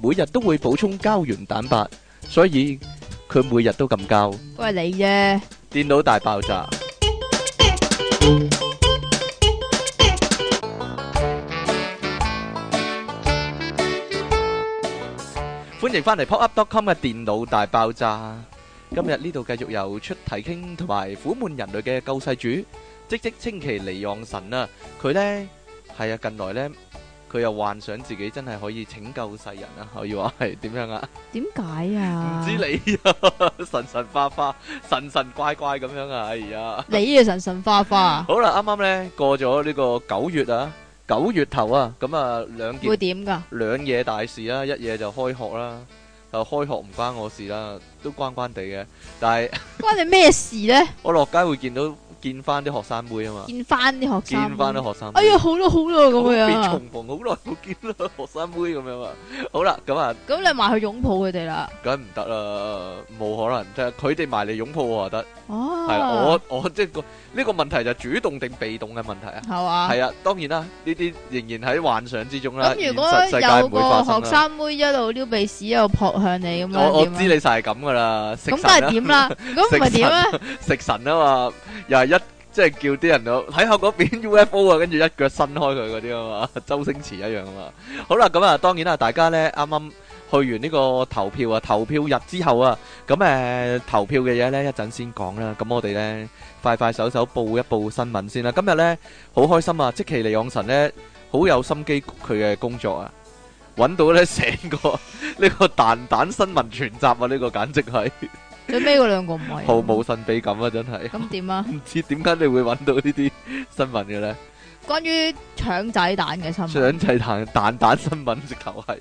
每日都會補充膠原蛋白，所以佢每日都咁膠。都係你啫。電腦大爆炸。歡迎翻嚟 popup.com 嘅電腦大爆炸。今日呢度繼續由出體傾同埋苦悶人類嘅救世主，即即稱其離岸神啊！佢呢係啊，近來呢，佢又幻想自己真係可以拯救世人啊，可以話係點樣啊？點解唔啊？知你 啊，神神化化、神神怪怪咁樣啊！哎呀，你啊神神 化化，好啦，啱啱呢過咗呢個九月啊，九月頭啊，咁啊兩件會點噶？兩嘢大事啦，一嘢就開學啦，就開學唔關我事啦，都關關地嘅。但係 關你咩事咧？我落街會見到見翻啲學生妹啊嘛，見翻啲學生，見翻啲學生妹。哎呀，好咯好咯咁樣別啊，重逢，好耐冇見啦，學生妹咁樣啊。好啦，咁啊，咁你埋去擁抱佢哋啦。梗唔得啦，冇可能，即係佢哋埋嚟擁抱我就得。哦，係啦，我我即係個呢個問題就主動定被動嘅問題啊。係嘛？係啊，當然啦，呢啲仍然喺幻想之中啦，咁現如果實世界有唔會發個生啦。學生妹一路撩鼻屎一路撲向你咁我我知樣點啊？你就係咁噶啦，食咁神梗係啦，點 啦？咁唔係點啊？食神啊嘛，又係一即係叫啲人就睇下嗰邊 UFO 啊，跟住一腳伸開佢嗰啲啊嘛，周星馳一樣啊嘛。好啦，咁啊，當然啦，大家咧啱啱。去完呢個投票啊，投票日之後啊，咁誒、呃投票嘅嘢呢，一陣先講啦。咁我哋呢，快快手手報一報新聞先啦。今日呢，好開心啊！即其利昂神呢，好有心機佢嘅工作啊，揾到呢成個呢個蛋蛋新聞全集啊！呢、個簡直 係最尾嗰兩個唔係。毫無神秘感啊！真係咁點啊？唔知點解你會揾到呢啲 新聞嘅咧？關於腸仔蛋嘅新聞，腸仔蛋蛋蛋新聞直頭係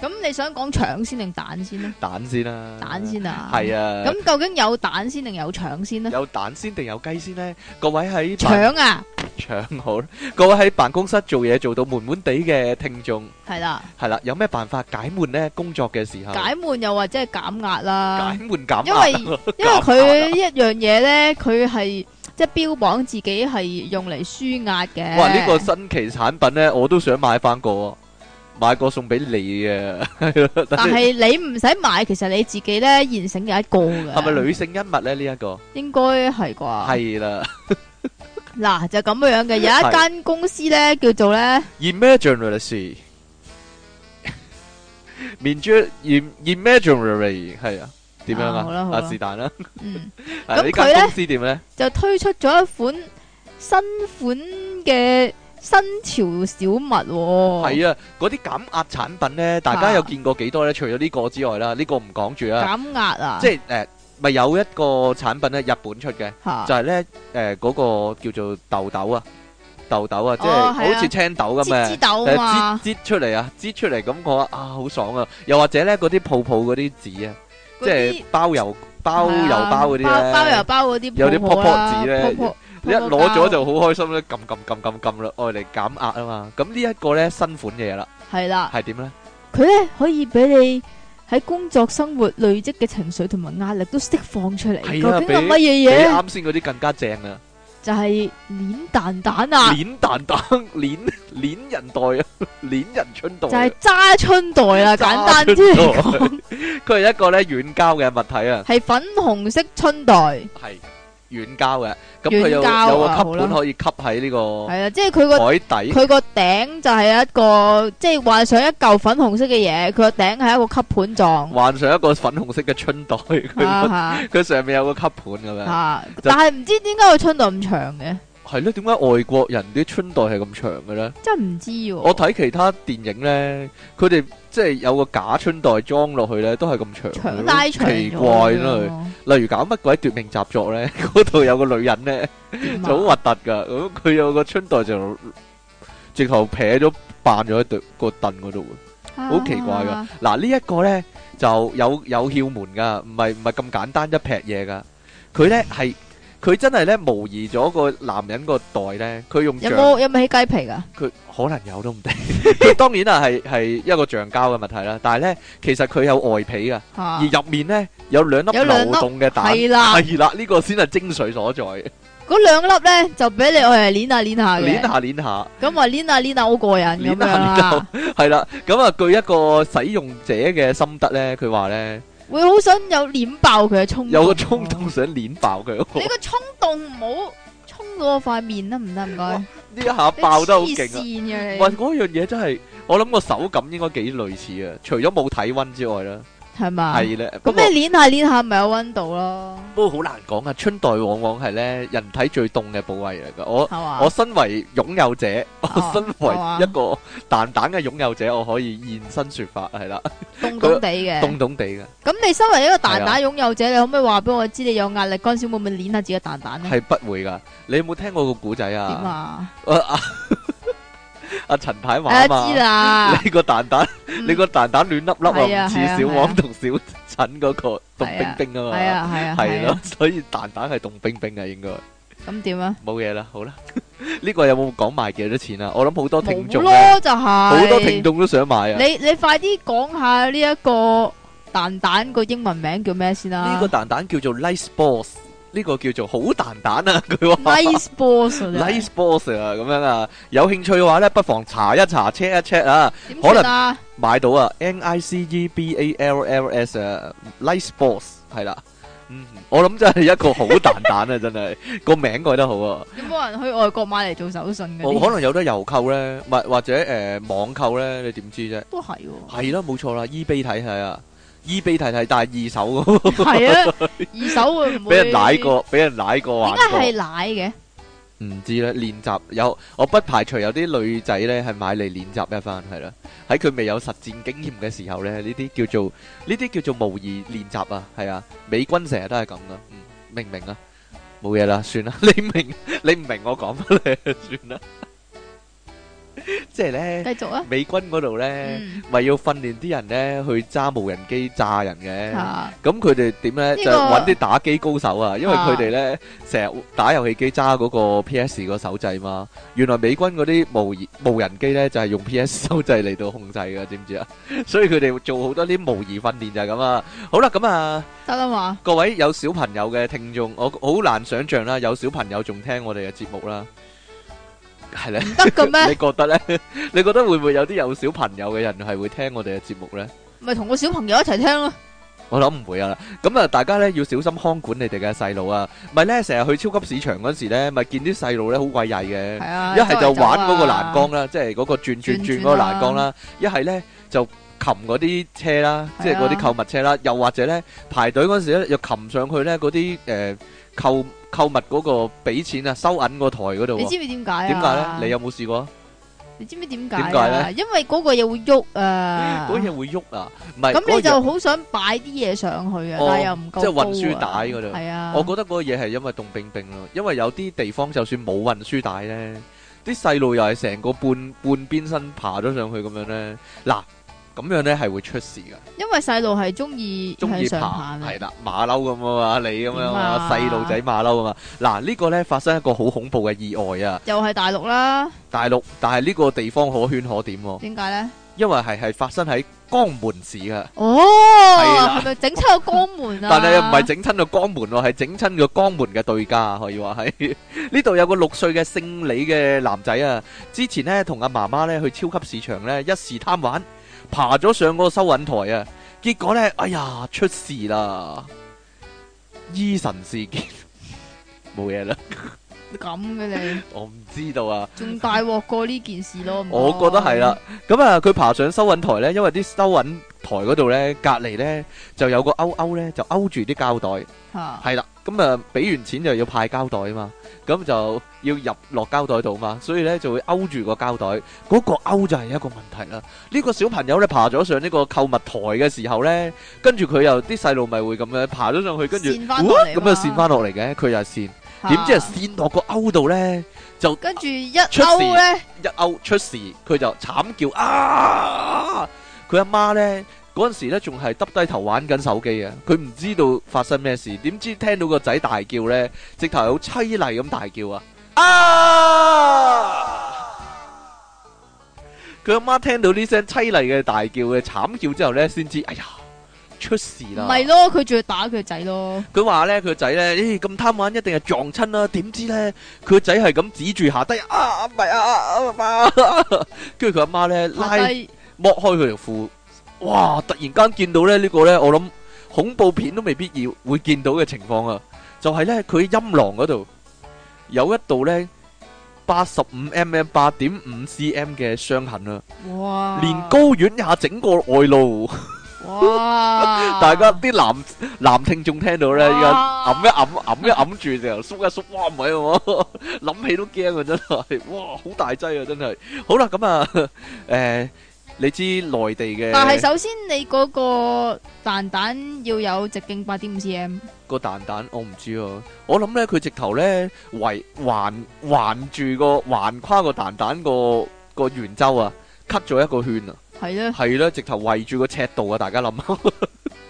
咁你想講腸先定蛋先咧？蛋先啦，蛋先啊？係啊，咁究竟有蛋先定有腸先呢？有蛋先定有雞先咧？各位喺辦腸啊，腸好啦，各位喺辦公室做嘢做到悶悶地嘅聽眾係啦，係啦，有咩辦法解悶咧？工作嘅時候解悶又或者係減壓啦解，悶減因為壓，啊因為佢一樣嘢咧，佢係即係標榜自己係用嚟舒壓嘅。哇！呢個新奇產品咧，我都想買翻個，買個送俾你 嘅，係咯但係你唔使買，其實你自己咧現成有一個嘅。係咪女性恩物咧？呢一個應該係啩？係啦。嗱就咁樣嘅，有一間公司咧叫做咧 Imaginary 面珠 im- imaginary 係啊，點樣啊好啊啦？好啦啊是但啦，嗯。係呢佢間呢公司點咧？就推出咗一款新款嘅新潮小物、喎，係啊，嗰啲減壓產品咧，大家啊有見過幾多咧？除咗呢個之外啦，呢個唔講住啊，減壓啊，即係誒，咪有一個產品咧，日本出嘅，嚇就係咧誒嗰個叫做豆豆啊，豆豆啊，即哦係係啊好似青豆咁擠嘅支。豆啊誒嘛，擠擠出嚟啊，擠出嚟咁我啊好爽啊！又或者咧嗰啲泡泡嗰啲紙啊。即係包郵包郵啊包嗰啲包包郵咧，包嗰啲有啲泡泡啦 pop-pop 紙咧泡泡你一攞咗就好開心咧，撳撳撳撳撳啦，愛嚟減壓啊嘛。咁呢一個咧新款嘢啦，係啦，係點咧？佢咧可以俾你。喺工作生活累積嘅情緒同埋壓力都釋放出嚟，係啊究竟係乜比嘢嘢？啱先嗰啲更加正啊！就係鏈蛋蛋啊，鏈蛋蛋，鏈鏈人袋啊， 鏈人春袋就啊。係揸春袋 啦，簡單啲嚟講，佢係一個咧軟膠嘅物體啊，係粉紅色春袋。係軟膠嘅。咁佢有軟膠啊有個吸好啦管可以吸喺呢個系啦，即系佢个海底，佢个顶就系一个，即系幻想一嚿粉红色嘅嘢，佢个顶系一个吸盤狀幻想一個粉紅色嘅春袋，哦佢啊佢上面有個吸盤咁吓樣。就吓，啊但系唔知點解個春袋咁長嘅，係咯，點解外國人啲春袋係咁長嘅咧？真係唔知喎。我睇其他電影咧，佢哋即係有個假春袋裝落去咧，都係咁長嘅，長拉長咗奇怪啦。例如搞乜鬼奪命習作咧，嗰度有個女人 咧點就啊好核突噶，咁佢有個春袋就直頭撇咗扮咗喺度個凳嗰度喎，好奇怪噶啊。嗱呢一個咧就有有竅門噶，唔係唔係咁簡單一劈嘢噶，佢咧係。佢真係咧模擬咗個男人個袋咧，佢用有橡冇有冇起雞皮噶？佢可能有都唔定。 佢當然啦，係係一個橡膠嘅物體啦，但係咧其實佢有外皮噶，吓而，入面咧有兩粒有兩粒流動嘅蛋，係啦係啦，呢個先係精髓所在。嗰兩粒咧就俾你我係捻下捻下捻嘅，下捻下，咁啊捻下捻下好過癮咁捻樣啊下捻啦下，係啦。咁啊，據一個使用者嘅心得咧，佢話咧會好想有捻爆佢嘅衝動。哦有個衝動想捻爆 佢嗰個，你個衝動唔好衝到我塊面啦，唔得唔該。呢一下爆得好勁啊！你黐線喂，嘅你嗰樣嘢真係，我諗個手感應該幾類似啊，除咗冇體温之外啦，係嘛？係咧。不過咁你捻下捻下咪有温度咯，不過好難講啊，春代往往係咧人體最凍嘅部位嚟噶。我係嘛？我身為擁有者，我啊哦啊身為係嘛一個蛋蛋嘅擁有者，我可以現身說法係啦，凍凍地嘅。凍凍地嘅咁你身為一個蛋蛋擁有者，你可唔可以話俾我知你有壓力嗰陣時會唔會捻下自己嘅蛋蛋咧？係不會噶。你有冇聽過個古仔點啊？啊啊？啊阿陳太話啊誒嘛知， 啦，你個蛋蛋，嗯你個蛋蛋亂粒粒係啊，啊唔似係啊小係啊王同小陳嗰個凍係啊冰冰啊嘛。係啊係啊係係咯啊，，所以蛋蛋係凍冰冰啊，應該咁點啊？冇嘢啦， 好啦，呢個有冇講賣幾多錢啊？我諗好多聽冇眾咧，咯，就係好好多聽。眾都想買啊！你你快啲講下呢一個蛋蛋個英文名叫咩先呢啦個蛋蛋叫做 Nice Boss，呢個叫做好蛋蛋啊！ 佢話？Nice boss 啊真係 Nice Boss 啊，咁樣啊，有興趣嘅話咧，不妨查一查，check 一 check 啊，點算啊？買到啊，N I C E B A L L S 啊，Nice Boss 係啦。嗯，我諗真係一個好蛋蛋 啊，真係個名改得好啊！有冇人去外國買嚟做手信嘅？冇可能有得郵購咧，或或者誒、呃、網購咧，你點知啫？都係 喎，係啦，冇錯啦，eBay 睇睇啊，eBay 睇睇，但係二手喎係啊，二手會唔會俾人奶？過，俾人奶過點玩解係過，奶嘅？唔知咧。練習有，我不排除有啲女仔咧係買嚟練習一番，係啦。喺佢未有實戰經驗嘅時候咧，呢啲叫做呢啲叫做模擬練習啊，係啊。美軍成日都係咁噶，嗯，明唔明啊？冇嘢啦，算啦， 你明你唔明我講乜咧， 算啦。即係 咧，繼續啊，美軍嗰度咧。嗯，咪要訓練啲人咧去揸無人機炸人嘅。嚇咁佢哋點咧？呢個就揾啲打機高手啊，因為啊佢哋咧成日打遊戲機揸嗰個 P.S. 個手掣嘛。原來美軍嗰啲無疑無人機咧就係用 P.S. 手掣嚟到控制嘅，知唔知啊？ 所以佢哋做好多啲模擬訓練就係咁啊。好啦，咁啊。得啦嘛，各位有小朋友嘅聽眾，我好難想像啦，有小朋友仲聽我哋嘅節目啦，係咧，唔得嘅咩 你覺得咧？你覺得會唔會有啲有小朋友嘅人係會聽我哋嘅節目咧？咪同個小朋友一齊聽咯。我諗唔會啊！咁啊，大家咧要小心看管你哋嘅細路啊，咪咧成日去超級市場嗰時咧，咪見啲細路咧好鬼曳嘅係。啊，一係就玩嗰個周圍走啊欄杆啦，即係嗰個轉轉轉嗰個欄杆啦；一係咧就擒嗰啲車啦，係啊即係嗰啲購物車啦；又或者咧排隊嗰時咧，又擒上去咧嗰啲誒購購物嗰個俾錢啊收銀個台嗰度你喎。知唔知點解啊？點解咧？你有冇試過啊？你知唔知點解啊？點解因為嗰個嘢會喐啊。嗰嘢會喐啊？唔係咁嗰你樣就好想擺啲嘢上去啊，哦但係又唔夠即係運輸帶嗰度係啊，我覺得嗰個嘢係因為凍冰冰咯，因為有啲地方就算冇運輸帶咧，啲細路又係成個半半邊身爬咗上去咁樣咧，嗱咁樣咧係會出事噶。因為細路係中意中意向上啊爬爬係嘅，啦，馬騮咁啊嘛，你咁樣啊，細點啊路仔馬騮啊嘛。嗱，呢個呢發生一個好恐怖嘅意外啊！又係大陸啦，大陸，但係呢個地方可圈可點喎，點解咧？因為係係發生喺江門市噶，哦，啦係咪整出個江門啊？但係又唔係整親個江門喎，係整親個江門嘅對家，可以話係。 呢度有個六歲嘅姓李嘅男仔啊，之前呢同阿媽媽呢去超級市場呢一時貪玩，爬咗上個收銀台啊，結果呢，哎呀出事啦！醫神事件 冇嘢啦。咁嘅你，我唔知道啊，仲大鑊過呢件事咯。唔該我覺得係啦，。咁啊，佢爬上收銀台呢，因為啲收銀台嗰度呢，隔離呢就有個勾勾呢，就勾住啲膠袋，嚇係啦。咁啊，俾完錢就要派膠袋啊嘛，咁就要入落膠袋度嘛，所以呢就會勾住個膠袋。嗰、個勾就係一個問題啦。呢、個小朋友呢，爬咗上呢個購物台嘅時候呢，跟住佢又啲細路咪會咁樣爬咗上去，跟住跣返落嚟咁嘛啊跣翻落嚟嘅，佢又係跣，點知係嚇跣落個勾度呢，就跟住一出事勾咧，一勾出事，佢就慘叫啊！佢阿媽呢，嗰陣時咧仲係耷低頭玩緊手機啊，佢唔知道發生咩事，點知聽到個仔大叫咧，直頭係好凄厲咁大叫啊！啊！佢阿媽聽到呢聲凄厲嘅大叫嘅慘叫之後咧，先知哎呀出事唔啦！係咯，佢仲要打佢個仔咯，佢話咧，佢個仔咧，咦咁貪玩，一定係撞親啦。點知咧，佢個仔係咁指住下低啊，唔係啊啊啊啊 啊！跟住佢阿媽咧拉下剝低開佢條褲，哇！突然間見到咧呢個咧，我諗恐怖片都未必要會見到嘅情況啊，就係咧佢陰囊嗰度有一度咧八十五 mm 八點五 cm 嘅傷痕啊，哇，連睾丸也整個外露。哇，大家啲男男聽眾聽到咧，依家哇揞一揞，揞一揞住就縮一縮，哇唔係 喎，諗起都驚啊，真係，哇好大劑啊，真係。好啦，咁 啊，誒、你知內地但係嘅首先你嗰個蛋蛋要有直徑八點五 cm，個蛋蛋，我唔知啊，我諗咧佢直頭咧圍環環住個環跨個蛋蛋個個圓周啊，cut 咗一個圈啊，係咧，係啦，直頭圍住個尺度啊，大家 諗下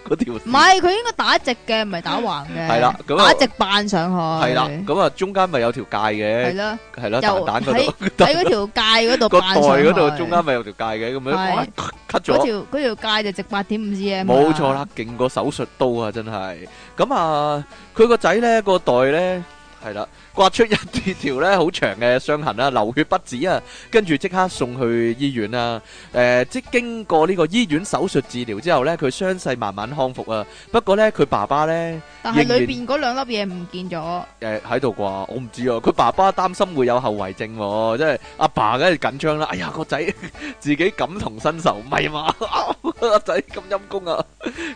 嗰條唔係佢應該打直嘅，唔係打橫嘅，係啦咁啊打直扮上去，係啦，咁啊中間咪有條界係嘅，啦，係啦，蛋又蛋嗰度喺。喺嗰條界嗰 度個扮袋上去嗰度中間咪有條界嘅，咁樣係哇 cut 嗰咗，條嗰條界就直八點五 cm，冇錯啦，勁過手術刀啊，真係。咁啊，佢個仔咧個袋咧係啦，刮出一 條條咧好長嘅傷痕啦，流血不止啊，跟住即刻送去醫院啦。誒，即經過呢個醫院手術治療之後咧，佢傷勢慢慢康復啊。不過咧，佢爸爸咧。但係仍然裏邊嗰兩粒嘢唔見咗，誒呃喺度啩，我唔知啊。佢爸爸擔心會有後遺症喎，即係阿爸梗係緊張啦。哎呀，個仔自己感同身受，唔係嘛？ 阿仔咁陰公啊！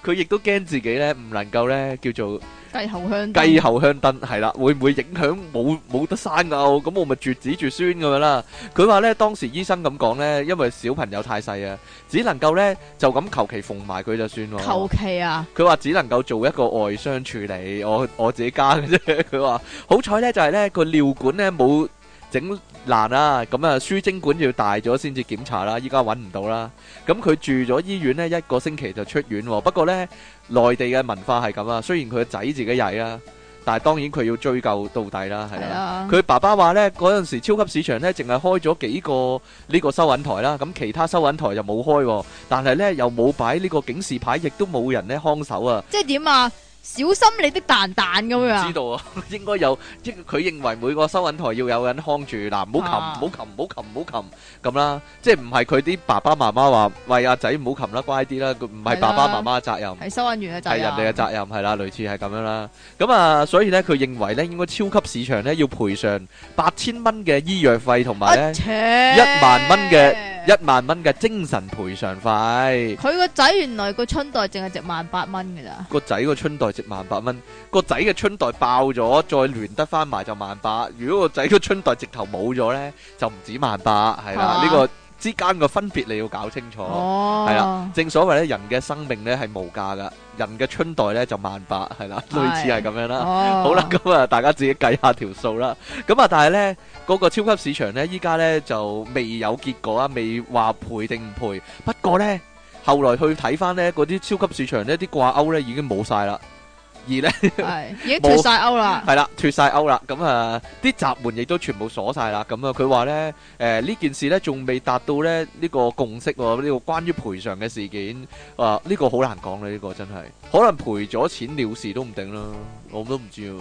佢亦都驚自己咧唔能夠咧叫做繼後香燈繼後香燈，係啦，會唔會影響冇冇得生㗎？我咁我咪絕子絕孫咁樣啦。佢話咧當時醫生咁講咧，因為小朋友太細啊，只能夠咧就咁求其縫埋佢就算喎。求其啊，佢話只能夠做一個外傷處理，我我自己加嘅啫。 佢話好彩呢，就係呢個尿管呢冇整爛啦，咁啊輸精管要大咗先至檢查啦，依家揾唔到啦。咁佢住咗醫院呢一個星期就出院喎。不過呢，內地嘅文化係咁啊，雖然佢個仔自己曳啦，但係當然佢要追究到底啦，係係啦。啊，佢爸爸話呢，嗰陣時超級市場呢，淨係開咗幾個呢個收銀台啦，咁其他收銀台就冇開喎，但係呢，又冇擺呢個警示牌，亦都冇人呢看守啊，即係點啊？小心你的蛋蛋咁樣唔啊知！道啊， 應該有，即係佢認為每個收銀台要有人看住，嗱唔啊好擒，唔好擒，唔好擒，唔好擒咁啦，即係唔係佢啲爸爸媽媽話喂阿仔唔好擒啦，乖啲啦，佢唔係係啦爸爸媽媽嘅責任。係啊收銀員嘅責係任，人哋嘅責任係啦，類似係咁樣啦。咁啊，所以呢，佢認為呢應該超級市場呢要賠償八千蚊嘅醫藥費同埋呢啊。切一萬蚊嘅一萬蚊嘅精神賠償費。佢個仔原來個春袋淨係值萬八蚊㗎咋，個仔個春袋值萬八蚊，個仔嘅春袋爆咗，再聯得翻埋就萬八。如果個仔個春袋直頭冇咗呢，就唔止萬八，係啦。啊呢個之間個分別你要搞清楚。哦，係啦，正所謂咧，人嘅生命咧係無價噶，人嘅春袋咧就萬八，係啦，係類似係咁樣啦。哦， 好啦，咁啊，大家自己計下條數啦。咁啊，但係呢嗰、個超級市場呢，依家呢就未有結果啊，未話賠定唔賠。不過呢，後來去睇翻呢嗰啲超級市場呢啲掛鈎呢已經冇晒啦，而呢，係已經脱晒歐啦，係啦，脱晒鈎啦。咁啊，啲閘門亦都全部鎖晒啦。咁啊，佢話呢，誒、呢件事呢仲未達到呢呢、個共識喎、呢、個關於賠償嘅事件啊，呢、個好難講啦，呢、個真係可能賠咗錢了事都唔定啦，我都唔知喎。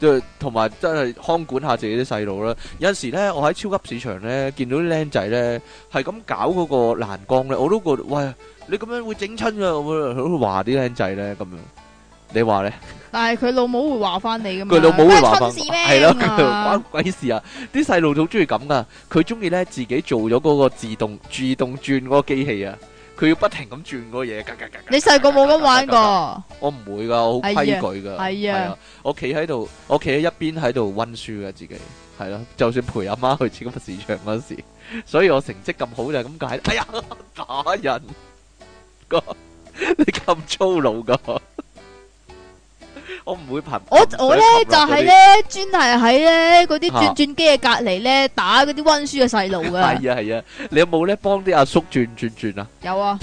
即係同埋真係看管下自己啲細路啦。有陣時咧，我喺超級市場咧見到啲僆仔咧係咁搞嗰個欄杆咧，我都覺得喂，你咁樣會整親㗎，我會我會話啲僆仔咧咁樣。你話咧？但係佢老母會話翻你㗎嘛，佢老母會話關翻，事係咩咯，咁啊？佢關鬼事啊！啲細路好中意咁噶，佢中意咧自己做咗嗰個自動自動轉嗰個機器啊，佢要不停咁轉嗰個嘢。嘎嘎嘎嘎你細個冇咁嘎嘎嘎玩嘎？ 過，我唔會噶，我好規矩噶。係係啊啊，我企喺度，我企喺一邊喺度温書嘅自己，係咯，就算陪阿媽去超級市場嗰陣時，所以我成績咁好就係咁解。哎呀， 打人個， 你咁粗魯噶， 我唔會貧。我我咧就係係咧專係喺咧嗰啲啊轉轉機嘅隔離咧打嗰啲温書嘅細路㗎，系啊系啊，你有冇咧幫啲阿叔轉轉轉啊？有啊，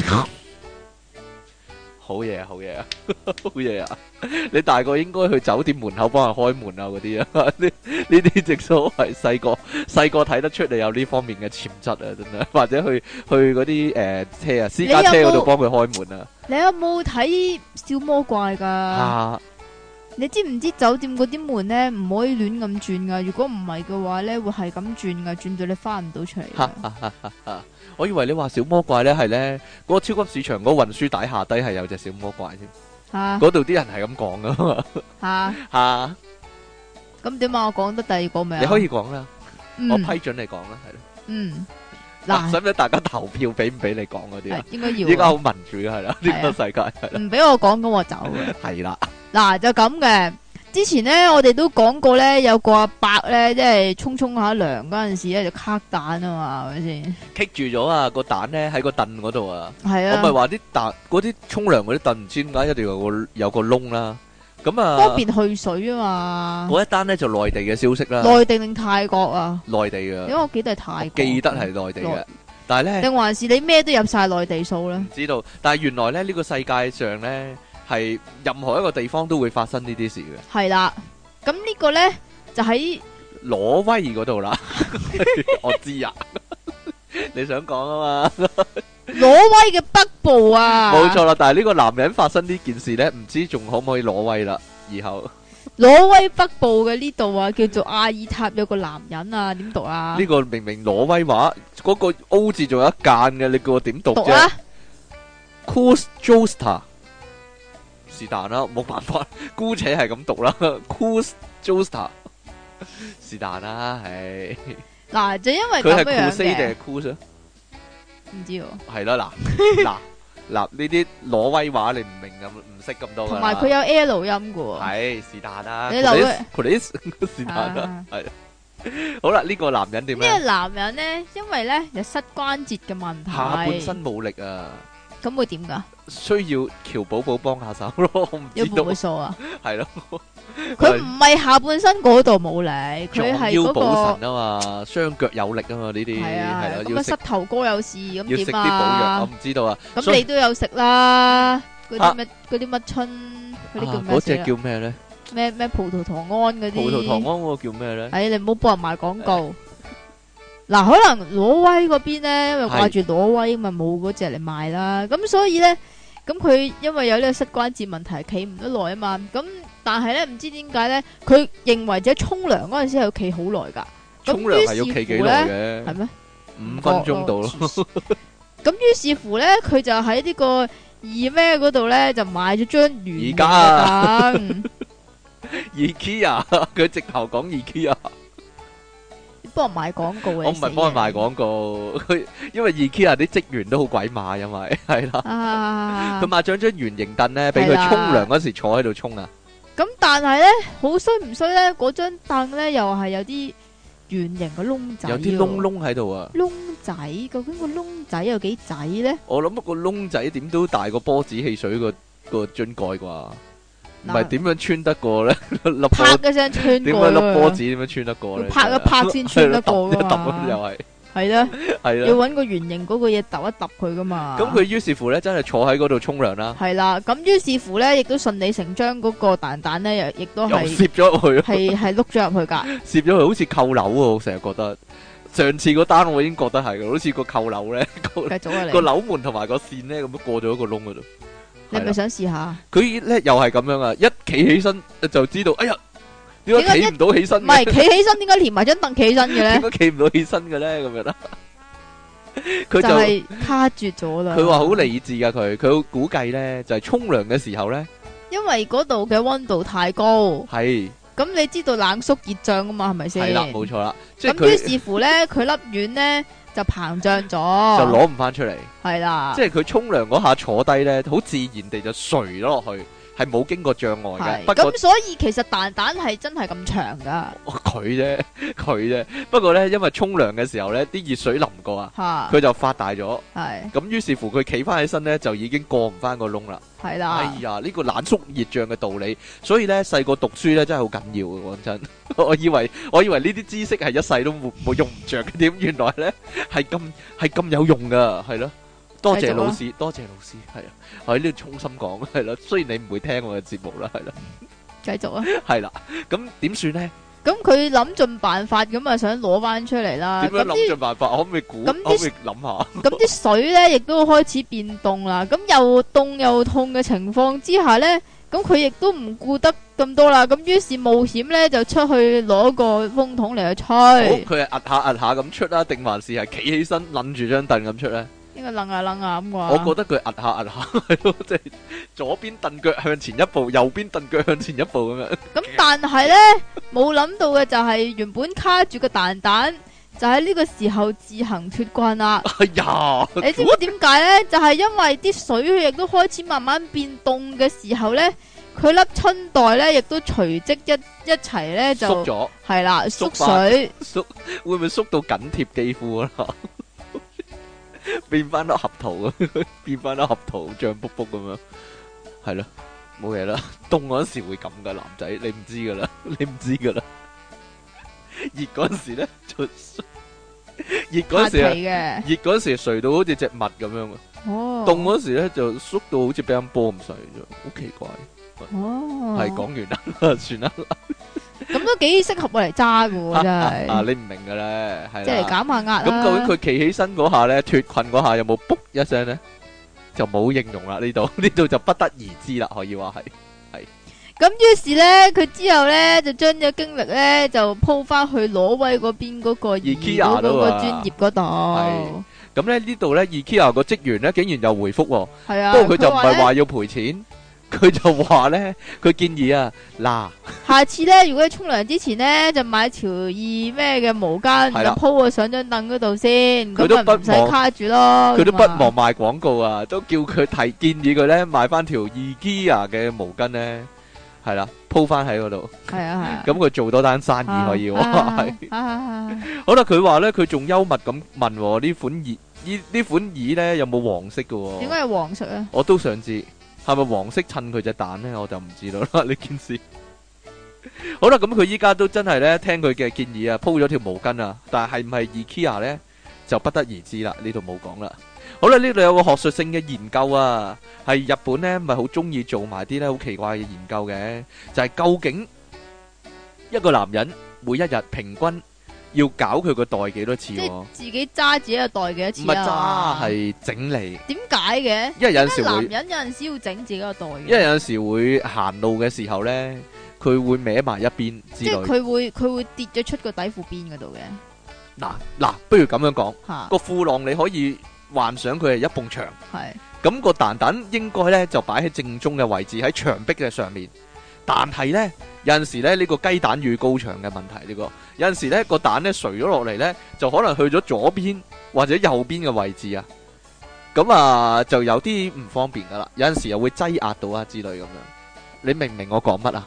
好嘢，好嘢啊， 好嘢啊！你大個應該去酒店門口幫人開門啊，嗰啲啊， 呢呢啲直所謂細個細個睇得出你有呢方面嘅潛質啊，真係， 或者去去嗰啲誒車啊，私家車嗰度幫佢開門啊，你有冇睇小魔怪噶？啊，你知唔知酒店嗰啲門咧唔可以亂咁轉噶？如果唔係嘅話咧，會係咁轉噶，轉到你翻唔到出嚟㗎。我以為你話小魔怪咧係咧嗰個超級市場嗰個運輸帶下低係有隻小魔怪添，吓嗰度啲人係咁講噶嘛， 吓，嚇，咁點啊？我講得第二個未啊？你可以講啦，我嗯批准你講啦，係咯。嗯嗱，嗱，使唔使大家投票俾唔俾你講嗰啲啊係？應該依家要好啊民主係啦，係呢啊個世界唔俾我講咁我走啊。 係啦，嗱就咁嘅，之前咧我哋都講過咧，有個阿伯咧，即係沖沖下涼嗰陣時咧就卡蛋啊嘛，係咪棘住咗啊個蛋咧喺個凳嗰度啊！先？係我咪啊，話啲蛋嗰啲沖涼嗰啲凳唔知點解一定要有個有個窿啦。咁方啊，便去水啊嘛。嗰一單咧就內地嘅消息啦，內地定泰國啊？內地因為嘅，我記得係泰國，記得係內地嘅內，但係咧定還是你咩都入晒內地數咧唔？知道，但係原來咧呢個世界上咧係任何一個地方都會發生呢啲事嘅。 係啦，咁呢個咧就喺挪威嗰度啦，我知啊，你想講啊嘛。挪威嘅北部啊。冇錯啦，但係呢個男人發生呢件事呢，唔知仲可唔可以攞威啦？以後挪威北部嘅呢度啊，叫做阿爾塔，有個男人啊，點讀啊呢？個明明挪威話嗰、個 O 字仲有一間嘅，你叫我點讀讀啫啊， c o o s j o s t a 是但啦，冇辦法， 姑且係咁讀啦 c o o s j o s t a 是但啦，唉，嗱就因為佢係咁 c o 樣 o s 定係嘅， c o o s 啊？唔知喎。係 啦，嗱嗱嗱，呢啲挪威話你唔明咁，唔識咁多㗎啦同埋佢有 L 音嘅係是但啦，你留佢 police 是喎。但啦。啊 好啦，呢、個男人點呢咧個？男人咧，因為咧有膝關節嘅問題，下半身冇力啊，咁會點噶？需要喬寶寶幫下手咯。 我唔有知道冇，會數啊？係咯，佢唔係下半身嗰度冇力，撞佢係腰嗰補個腎啊嘛，雙腳有力啊嘛，呢啲係係啊，係啊啦，咁要食個膝頭哥有事，要咁食啲點補藥，我啊？唔知道啊。所咁以你都有食啦，嗰啊啲乜嗰啲乜春嗰啲叫啊咩嗰死只啦叫咩咧？咩咩葡萄糖胺嗰啲。葡萄糖胺嗰個叫咩咧？哎，你唔好幫人賣廣告。嗱，可能挪威嗰邊咧，因為掛住挪威，咪冇嗰只嚟賣啦。咁所以咧，咁佢因為有呢個膝關節問題，企唔得耐啊嘛。咁但係咧，唔知點解咧，佢認為自己沖涼嗰陣時係要企好耐㗎。咁沖涼係要於是企幾乎耐呢係嘅？咩？五分鐘到咯。咯。咁於是乎咧，佢就喺呢個二咩嗰度咧，就買咗張圓而家啊嘅凳。 IKEA 佢直頭講 IKEA，你幫人賣廣告嘅，我唔係你死幫佢人賣廣告，佢因為 IKEA 啲職員都好鬼馬，因為係啦。啊。佢買咗張圓形凳咧，俾佢係啦沖涼嗰時坐喺度沖啊。咁但係咧，好衰唔衰咧？嗰張凳咧又係有啲圓形嘅窿仔喎，有啲窿窿喺度啊！窿仔，究竟個窿仔有幾仔咧？我諗個窿仔點都大過波子汽水個個樽蓋啩，唔係嗱點樣穿得過咧？粒啪波一聲穿點過啊解粒波啦子，點樣穿得過咧？要拍一拍先穿得過係㗎咯揼嘛一揼又係係啦，要係啦。啊搵個圓形嗰個嘢揼一揼佢噶嘛。咁佢於是乎咧，真係坐喺嗰度沖涼啦，係啦，咁於是乎咧，亦都順理成章嗰個蛋蛋咧，又亦都又係攝咗入去，係係碌咗入去㗎。攝咗佢好似扣樓喎！我成日覺得上次嗰單我已經覺得係㗎，好似個扣樓咧，個繼續啊個你，樓門同埋個線咧咁樣過咗一個窿嗰度。你係係咪啦想試下？佢咧又係咁樣啊！一企起身就知道，哎呀，點解點解企一唔到起身唔嘅？係企起身，點解連埋張凳企起身嘅 咧點？解企唔到起身嘅咧？咁樣 啦，佢就就係卡住咗啦。佢話好理智噶，佢佢估計咧就係沖涼嘅時候咧因為嗰度嘅温度太高，係咁你知道冷縮熱脹啊噶嘛，係咪先？係啦，冇錯啦，即係咁於佢是乎咧，佢粒丸咧就膨脹咗，就就攞唔翻出嚟，係啦，即係佢沖涼嗰下坐低咧，好自然地就垂咗落去，係冇經過障礙嘅。係不過咁，所以其實蛋蛋係真係咁長噶佢啫， 佢啫，不過咧因為沖涼嘅時候咧啲熱水淋過啊，吓，佢就發大咗，係咁於是乎佢企翻起身咧就已經過唔翻個窿啦。係哎啦，呀，呢、個冷縮熱脹嘅道理，所以咧細個讀書咧真係好緊要嘅，講真。 我以為我以為呢啲知識係一世都冇冇用唔着嘅，點原來咧係咁係咁有用噶，係咯，多謝繼續啊。老師，多謝老師，係啊，我喺呢度衷心講，係啦，雖然你唔會聽我嘅節目啦，係啦，繼續啊！係啦，咁點算呢？咁佢諗盡辦法咁啊，想攞翻出嚟啦。點樣咁啲諗盡辦法？可唔可以估？可咁啲唔可以諗下？咁啲水咧，亦都開始變凍啦。咁又凍又痛嘅情況之下咧，咁佢亦都唔顧得咁多啦。咁於是冒險咧就出去攞個風筒嚟去好，吹，佢係壓下壓下咁出啦，定還是係企起身攬住張凳咁出呢？應該楞下楞下咁啩。我覺得佢壓下壓下 係咯，即係左邊蹬腳向前一步，右邊蹬腳向前一步咁樣。咁但係咧，冇諗到嘅就係原本卡住個蛋蛋，就喺呢個時候自行脱困 啦。哎呀，你知唔知點解咧？就係因為啲水亦都開始慢慢變凍嘅時候咧，佢粒春袋咧亦都隨即一一齊縮咧就咗，係啦縮縮返水，縮會唔會縮到緊貼肌膚啊？ 變翻粒合桃啊， 變翻粒合桃脹卜卜咁樣，係咯，冇嘢啦。凍嗰陣時會咁噶，男仔你唔知噶啦， 你唔知噶啦。熱嗰陣時咧就熱嗰陣下期時啊，嘅。熱嗰陣時垂到好似只襪咁樣啊。哦，凍嗰時咧就縮到好似乒乓波咁細啫，好奇怪。哦，係講完啦， 算啦。咁都幾適合我嚟揸嘅喎，真 啊，係，你唔明嘅咧，係即係嚟啦。減下壓啦。咁究竟佢企起身嗰下咧，脱困嗰下有冇卜一聲咧？就冇應用啦，呢度 呢度就不得而知啦，可以話係。咁於是咧，佢之後咧就將呢個經歷咧就鋪翻去挪威嗰邊嗰個 IKEA 嗰個度啊專業嗰度，咁咧呢度咧，IKEA 個職員咧竟然又回覆喎，係啊。不過佢就唔話係呢話要賠錢，佢就話咧，佢建議啊，嗱，下次咧，如果你沖涼之前咧，就買條易咩嘅毛巾，係啦就鋪喺上張凳嗰度先，佢都咁咪啊唔不忘使卡住咯。佢都不咁啊忘賣廣告啊，都叫佢提建議佢咧買翻條 IKEA 嘅毛巾咧，係啦，鋪翻喺嗰度。係啊係啊。啊咁佢做多單生意可以喎，係係啊，好啦，佢話咧，佢仲幽默咁問喎呢款椅，呢呢款椅咧有冇黃色嘅點喎？解係黃色 啊？我都想知係咪黃色襯佢隻蛋咧，我就唔知道啦呢件事。好啦，咁佢依家都真係咧聽佢嘅建議啊，鋪咗條毛巾啊，但係係唔係 IKEA 咧就不得而知啦，呢度冇講啦。好啦，呢度有個學術性嘅研究啊，係日本咧咪好中意做埋啲咧好奇怪嘅研究嘅，就係究竟一個男人每一日平均要搞佢個袋幾多次即喎？係自己揸自己嘅袋幾唔係多渣次啊？係整理，點解嘅？因為有陣時男會。人有陣時要整自己個袋嘅，因為有時會行路嘅時候咧，佢會歪埋一邊之即係類。佢會佢會跌咗出個底褲邊嗰度嘅嗱嗱，不如咁樣講，吓，個褲浪你可以幻想佢係一埲牆，係咁、個蛋蛋應該咧就擺喺正中嘅位置，喺牆壁嘅上面。但係咧有陣時咧呢、個雞蛋與高牆嘅問題呢、個，有陣時咧個蛋咧垂咗落嚟咧，就可能去咗左邊或者右邊嘅位置啊。咁啊就有啲唔方便噶啦，有陣時又會擠壓到啊之類咁樣。你明唔明我講乜啊？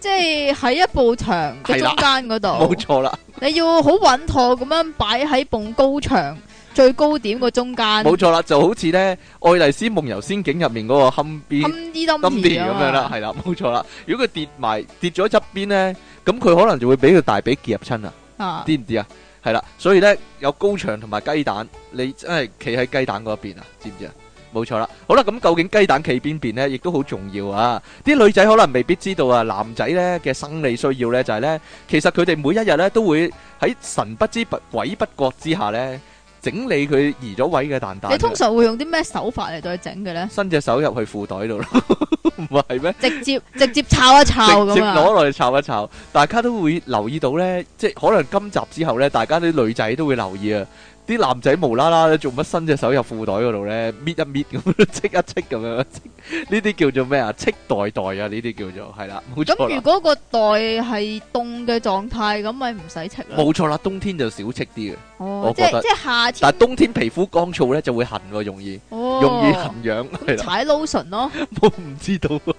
即係喺一部牆嘅係啦中冇間嗰度，錯啦。你要好穩妥咁樣擺喺埲高牆最高點個中間，冇錯啦，就好似咧《愛麗絲夢遊仙境》入面嗰個堪比冚啲冧啊金田咁樣啦，，係啦，冇錯啦。如果佢跌埋跌咗側邊咧，咁佢可能就會俾佢大髀夾親啊，啊知唔知啊？係啦，所以咧有高牆同埋雞蛋，你真係企喺雞蛋嗰一邊啊，知唔知啊？冇錯啦，好啦，咁究竟雞蛋企邊邊咧，亦都好重要啊！啲女仔可能未必知道啊，男仔咧嘅生理需要咧就係咧，其實佢哋每一日咧都會喺神不知不鬼不覺之下咧整理佢移咗位嘅蛋蛋啊嘅。你通常會用啲咩手法嚟到去整嘅咧？伸隻手入去褲袋度咯， 唔係咩？直接直接抄一抄直接咁啊！攞落去摷一摷，大家都會留意到咧，即係可能今集之後咧，大家啲女仔都會留意啊，啲男仔無啦啦做乜伸隻手入褲袋嗰度咧，搣一搣咁， 戚一戚咁樣， 戚呢啲叫做咩啊？戚袋袋啊，呢啲叫做係啦，冇錯咁如啦，果個袋係凍嘅狀態，咁咪唔使戚啦。冇錯啦，冬天就少戚啲嘅，哦我，即係覺得即係夏但天係，冬天皮膚乾燥咧就會痕喎，容易哦容易痕癢係啦。踩 lotion 咯。我唔知道啊，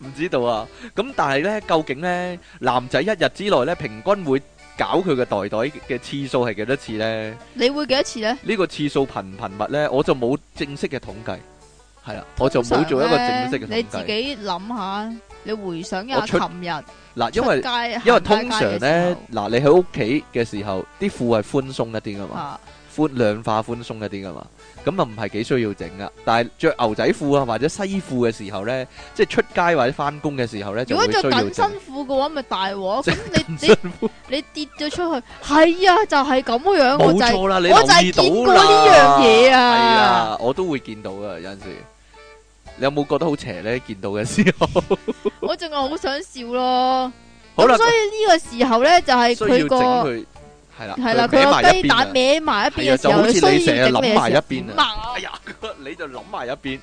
唔知道啊。咁但係呢，究竟呢，男仔一日之內呢，平均會搞佢嘅袋袋嘅次數係幾多次呢？你會幾多次咧？呢、個次數頻唔頻密呢，我就冇正式嘅統計，係啦，我就冇做一個正式嘅你統自計。己諗下，你回想一我下出琴日嗱，因為出街因為通常行街嘅時呢，嗱你喺屋企嘅時候，啲褲係寬鬆一啲噶候嘛，啊，寬量化寬鬆一啲噶嘛，咁啊唔係幾需要整噶。但係着牛仔褲啊或者西褲嘅時候咧，即係出街或者翻工嘅時候咧，就如果會着需要緊整。辛苦嘅話，咪大鑊。即咁你你你跌咗出去，係啊，就係咁嘅樣，冇我就係錯啦，你我就係留意到見啦。過呢樣嘢啊係啊，我都會見到噶，有陣時。你有冇覺得好邪咧？見到嘅時候，我仲係好想笑咯。好啦咁，所以呢個時候咧，就係需要整佢個佢，係啦，係啦，佢佢歪個埋一雞邊啊蛋歪埋一邊嘅時係啊就候，好似佢你需成日要整諗咩埋一時候邊啊掹哎呀，你就諗埋一邊，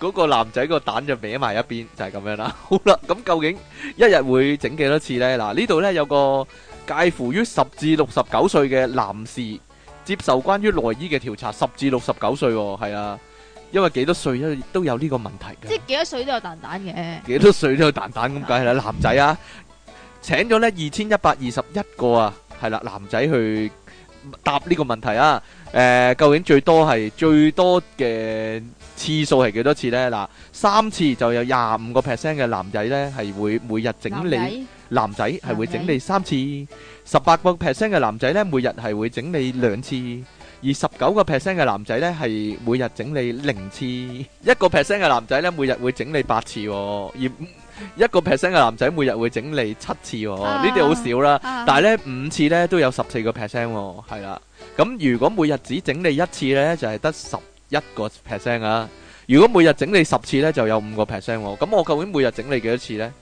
嗰、個男仔個蛋就歪埋一邊，就係、咁樣啦。 好啦，咁究竟一日會整幾多次呢？嗱，呢度呢有個介乎於十至六十九歲嘅男士接受關於內衣嘅調查，十至六十九歲喎，係啊，因為幾多歲都都有呢個問題即嘅係，幾多歲都有蛋蛋嘅。 幾多歲都有蛋蛋咁，梗係啦，男仔啊，請咗呢二千一百二十一個啊，係啦，男仔去答呢個問題啊。誒、究竟最多係最多嘅次數係幾多次呢？嗱，三次就有廿五個 percent 嘅男仔呢係會每日整理，男仔係會整理三次；十八個 percent 嘅男仔呢每日係會整理兩次；而十九個 percent 嘅男仔呢係每日整理零次；一個 percent 嘅男仔呢每日會整理八次、喎，而一個 percent 嘅男仔每日會整理七次、喎，啊呢啲好少啦。但但係咧五次咧都有十四個 percent 喎，係啦。咁如果每日只整理一次咧，就係得十一個 percent 啊。如果每日整理十次咧，就有五個 percent 喎。咁我究竟每日整理幾多次咧？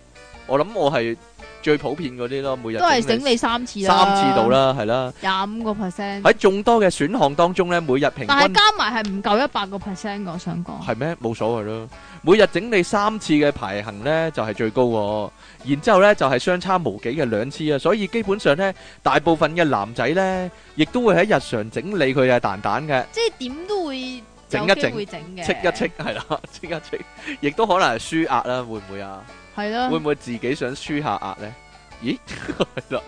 我諗我係最普遍嗰啲咯，每日都係整整你三次啦，三次到，啦，係啦。廿五個 percent。喺眾多嘅選項當中咧，每日平但係均加埋係唔夠一百個 percent 嘅，我想講。係咩？冇所謂咯。每日整理三次嘅排行呢，就係、最高喎。然之後呢，就係、相差無幾嘅兩次啊。所以基本上呢，大部分嘅男仔呢，亦都會喺日常整理佢嘅蛋蛋嘅，即係點都會整一有整機會整嘅，戚一戚係啦， 戚一戚，亦都可能係舒壓啦，會唔會啊？係啦會，唔會自己想舒下壓呢？咦， 係啦，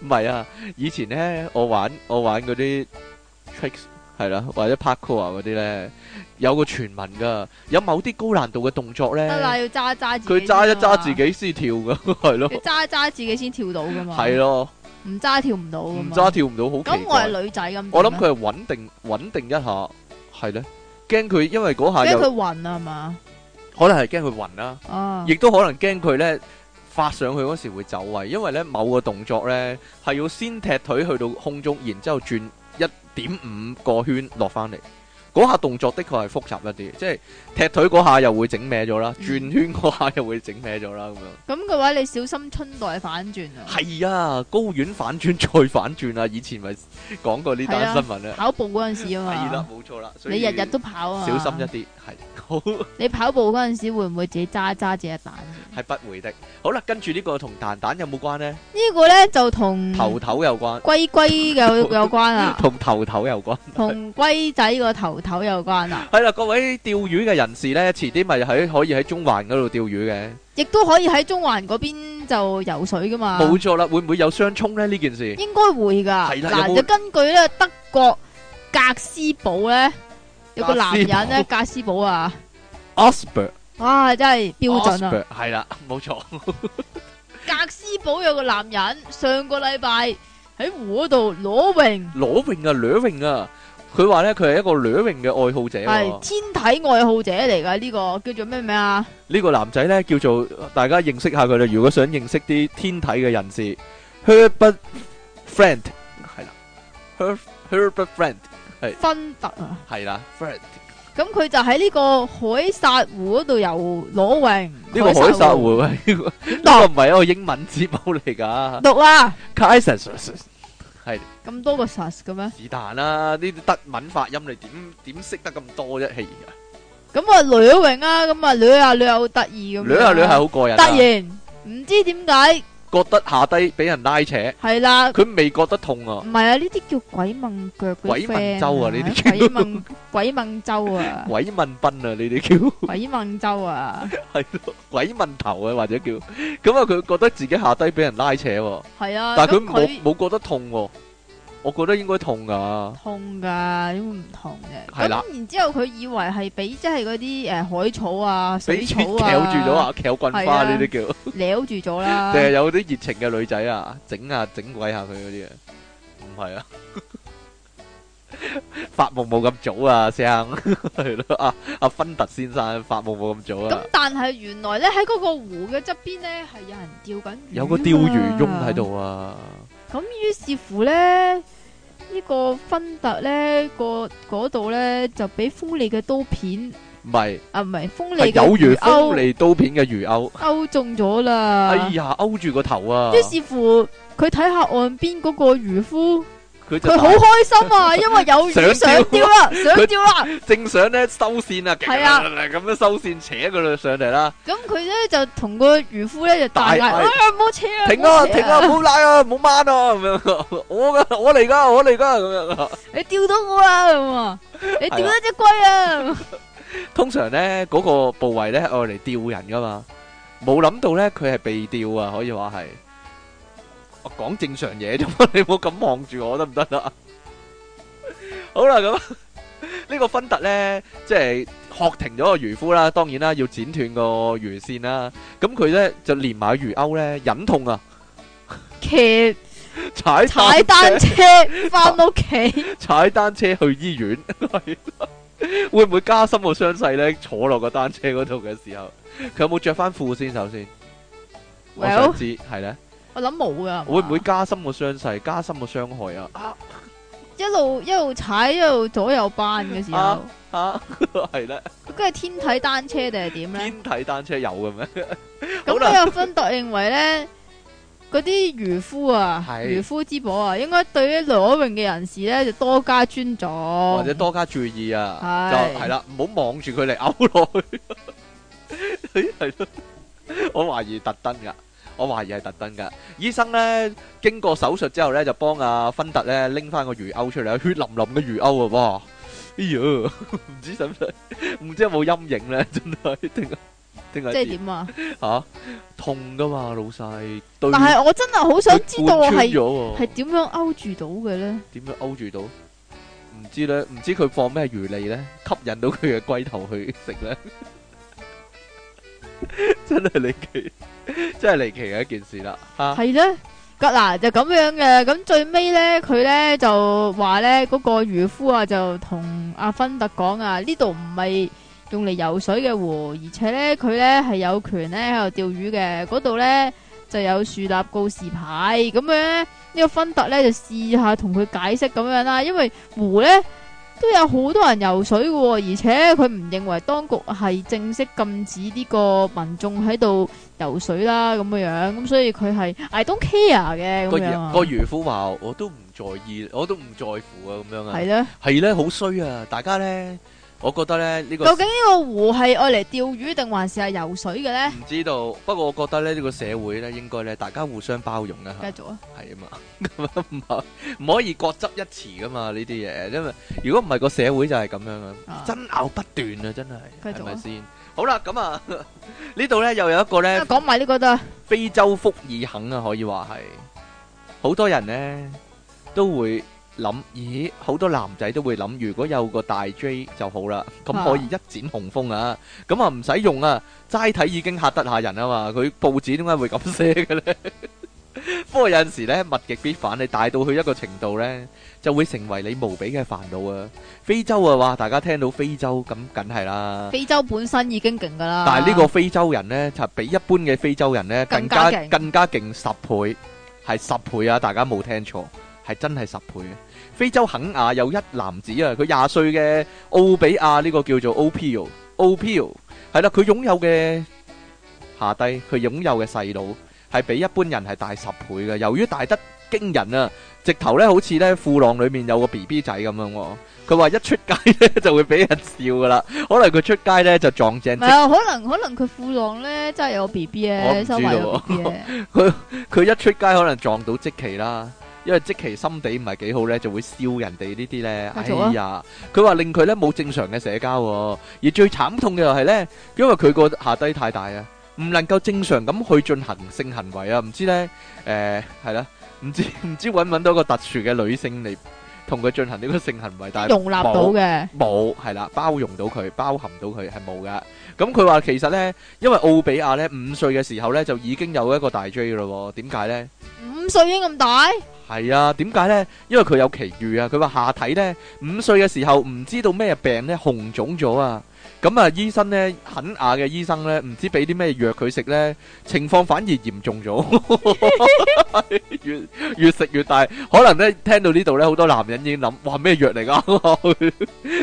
唔係啊！以前呢，我玩我玩嗰啲 tricks 係啦，或者 parkour 嗰啲呢，有個傳聞噶，有某啲高難度嘅動作得啦，呢，要揸一揸自己，啊佢揸一揸自，己先跳噶， 係咯要，揸一揸自己先跳到噶嘛，係，咯，唔揸跳唔到噶唔嘛，揸跳唔到好奇咁我怪。係女仔咁，我諗佢係穩定穩定一下，係咧，驚佢因為嗰下驚有佢暈啊係嘛，可能係驚佢暈啦。啊，亦都可能驚佢咧發上去嗰時會走位，因為咧某個動作咧係要先踢腿去到空中，然之後轉一點五個圈落翻嚟。嗰下動作的確係複雜一啲，即係踢腿嗰下又會整歪咗啦，嗯轉圈嗰下又會整歪咗啦，咁樣。咁嘅話你小心春代反轉啊，係啊，高遠反轉再反轉啊！以前咪講過呢係單啊新聞咧。跑步嗰陣時啊係啦嘛，，冇錯啦。所以你日日都跑啊，小心一，啲，係好。你跑步嗰陣時會唔會自己揸一揸自己一蛋？係不會的。好啦，跟住呢個同蛋蛋有冇關呢？呢個咧就同頭頭有關，龜龜有有關 啊，同頭頭有關。同龜仔個頭頭有關啊。係啦，各位釣魚嘅人士呢，遲啲咪喺可以喺中環嗰度釣魚嘅，亦都可以喺中環嗰邊就游水噶嘛。冇錯啦，會唔會有相沖呢？呢件事應該會噶。係啦有嗱，冇就根據咧德國格斯堡咧有個男人咧，格斯堡啊， ，Osberg 哇，真係標準啊！ Osberg 係啦，冇錯， 格斯堡有個男人上個禮拜喺湖嗰度裸泳，裸泳啊，裸泳啊，佢話呢，佢係一個裸泳嘅愛好者係喎。天體愛好者嚟噶呢個叫做咩名啊？呢個男仔呢，叫做大家認識下佢啦。如果想認識啲天體嘅人士，Herbert Friend 係啦，Her Herbert Friend 芬特啊！係啦，Friend 咁佢就喺呢個海撒湖嗰度游裸泳。呢個海沙湖，喂呢個呢個唔係一個英文字母嚟㗎讀啦， ，Kaiser 係。咁多個 sus 嘅咩？是但啦，呢啲德文發音你點點識得咁多啫？係啊，咁啊，女泳啊，咁啊，女啊，女啊，好得意咁樣。捋下捋下好過癮突啊！然唔知點解覺得下低俾人拉扯，係啦，唔佢未覺得痛啊！係啊，呢啲叫鬼掹腳嗰鬼啲 friend 啊掹周啊呢啲叫鬼掹鬼掹周 啊，鬼問賓啊，你哋叫鬼掹周啊，係咯，鬼問頭啊，或者叫咁啊，佢覺得自己下低俾人拉扯喎，係啊，但係佢咁冇冇覺得痛喎，我覺得應該痛㗎，痛噶，點會唔痛啫？係啦咁然之後佢以為係俾即係嗰啲誒海草啊、俾水錢草翹啊，住咗啊，，翹棍係花啊呢啲叫，撩住 咗啦定。係有啲熱情嘅女仔啊，整下整鬼下佢嗰啲啊，唔係啊， 發夢冇咁早啊，師兄 係咯，阿阿芬特先生發夢冇咁早啊咁，但係原來咧喺嗰個湖嘅側邊咧係有人釣緊魚，有個釣魚翁喺。度啊，咁於是乎咧，呢、個芬特咧個嗰度咧就俾鋒利嘅刀片唔係啊，唔係鋒係利有嘅如魚風鈎利刀片嘅魚鈎，勾中咗啦。哎呀勾住個頭啊，於是乎佢睇下岸邊嗰個漁夫，佢就佢好開心 啊，因為有魚想想釣釣啦，想啊佢釣啦。正想咧收線啊，係啊咁樣收線扯佢上嚟啦，咁佢咧就同個漁夫咧就大嗌：大嗌哎呀，唔好扯啊！停唔好啊扯停啊，唔好拉啊，唔好掹啊咁樣， 我噶我嚟噶我嚟噶咁樣啊。你釣到我啦咁啊！你釣到只龜啊！通常咧嗰、個部位咧，我嚟吊人噶嘛，冇諗到咧佢係被吊啊，可以話係。我講正常嘢啫嘛，你冇咁望住我得唔得啊？好啦， 咁呢個芬特咧，即係學停咗個漁夫啦，當然啦，要剪斷個魚線啦。咁 佢咧就連埋魚鈎咧，忍痛啊，騎踩踩單單車翻屋企，踩單車去醫院， 係咯會唔會加深個傷勢咧？坐落個單車嗰度嘅時候，佢有冇着翻褲先？首先， 我 Well，想知係咧，我諗冇噶。會唔會加深個傷勢、加深個傷害啊？啊一路一路踩一路左右扳嘅時候啊，啊， 係咧，跟住天體單車定係點咧？天體單車有嘅咩？好咁啦呢個芬特認為咧，嗰啲漁夫啊，係漁夫之寶啊，應該對於裸泳嘅人士咧就多加尊重，或或者多加注意啊，係就係 啦，唔好望住佢嚟嘔落去。咦係咯，我懷疑特登噶，我懷疑係特登噶。醫生咧經過手術之後咧，就幫阿芬特咧拎翻個魚鈎出嚟，血淋淋嘅魚鈎啊！哇，哎呀， 唔知使唔使，唔知有冇陰影咧？ 真係定定即係係點點啊？嚇痛噶嘛，老細。對但係我真係好想知道貫穿係咗喎係點樣勾住到嘅咧？點樣勾住到？唔知咧，唔知佢放咩魚餌咧，吸引到佢嘅龜頭去食咧， 真係離奇，真係離奇嘅一件事啦！吓、係咧，咁嗱就咁樣嘅，咁最尾咧佢咧就話咧嗰個漁夫啊就同阿芬特講啊，呢度唔係用嚟游水嘅湖，而且咧佢咧係有權咧喺度釣魚嘅，嗰度咧就有樹立告示牌，咁樣咧呢、呢個芬特咧就試下同佢解釋咁樣啦，因為湖咧。都有好多人游水嘅喎、而且佢唔認為當局係正式禁止呢個民眾喺度游水啦咁樣樣，咁所以佢係 I don't care 嘅個咁漁樣啊個，漁夫話：我都唔在意，我都唔在乎啊！咁樣啊係，咧。係咧，好衰啊！大家咧，我覺得咧呢、呢個究竟呢個湖係愛嚟釣魚定還是係游水嘅咧？唔知道，不過我覺得咧呢、呢個社會咧應該咧大家互相包容啊！繼續啊，係啊嘛， 咁樣唔可唔可以各執一詞噶嘛呢啲嘢，因為如果唔係個社會就係咁樣啊啊，爭拗不斷啊，真繼係續啊係咪先？好啦，咁啊 呢度咧又有一個咧講埋呢個得啊，非洲福爾肯啊，可以話係好多人咧都會諗，咦，好多男仔都會諗，如果有個大 J 就好啦，咁啊可以一展雄風啊，咁啊唔使用啊，齋睇已經嚇得下人啊嘛，佢報紙點解會咁寫嘅咧？ 不過有陣時咧，物極必反，你大到去一個程度咧，就會成為你無比嘅煩惱啊！非洲啊，哇，大家聽到非洲咁，梗係啦。非洲本身已經勁噶啦，但係呢個非洲人呢，就比一般嘅非洲人呢更更加加勁更加勁十倍，係十倍啊！大家冇聽錯，係真係十倍嘅。非洲肯亞有一男子啊，佢廿歲嘅奧比亞呢個叫做 Opio，Opio 係啦，佢擁有嘅下低，佢擁有嘅細佬係比一般人係大十倍嘅，由於大得驚人啊！直頭咧，好似咧褲浪裏面有個 B B 仔咁樣喎，佢話一出街咧就會俾人笑噶啦，可能佢出街咧就撞正唔係啊，可能可能佢褲浪咧真係有 B B 我唔咧，知收埋道有啊 B B 嘅，佢一出街可能撞到即期啦，因為即期心地唔係幾好咧，就會笑人哋呢啲咧。繼續啊哎呀，佢話令佢咧冇正常嘅社交、喎，而最慘痛嘅就係咧，因為佢個下低太大啊，唔能夠正常咁去進行性行為啊，唔知咧誒係啦，唔知 唔知揾唔揾到個特殊嘅女性嚟同佢進行呢個性行 為，但係容納到冇嘅，冇，係啦，包容到佢，包含到佢係冇噶。咁佢話其實呢，因為奧比亞呢，五歲嘅時候呢，就已經有一個大 J 噶咯喎，點解呢？五五歲已經咁大，系啊，點解呢？因為佢有奇遇啊！佢話下體呢，五歲嘅時候唔知道咩病呢，紅腫咗啊！咁啊，醫生呢，肯雅嘅醫生呢，唔知俾啲咩藥佢食呢，情況反而嚴重咗， 越越食越大。可能呢，聽到呢度呢，好多男人已經諗：哇，咩藥嚟㗎？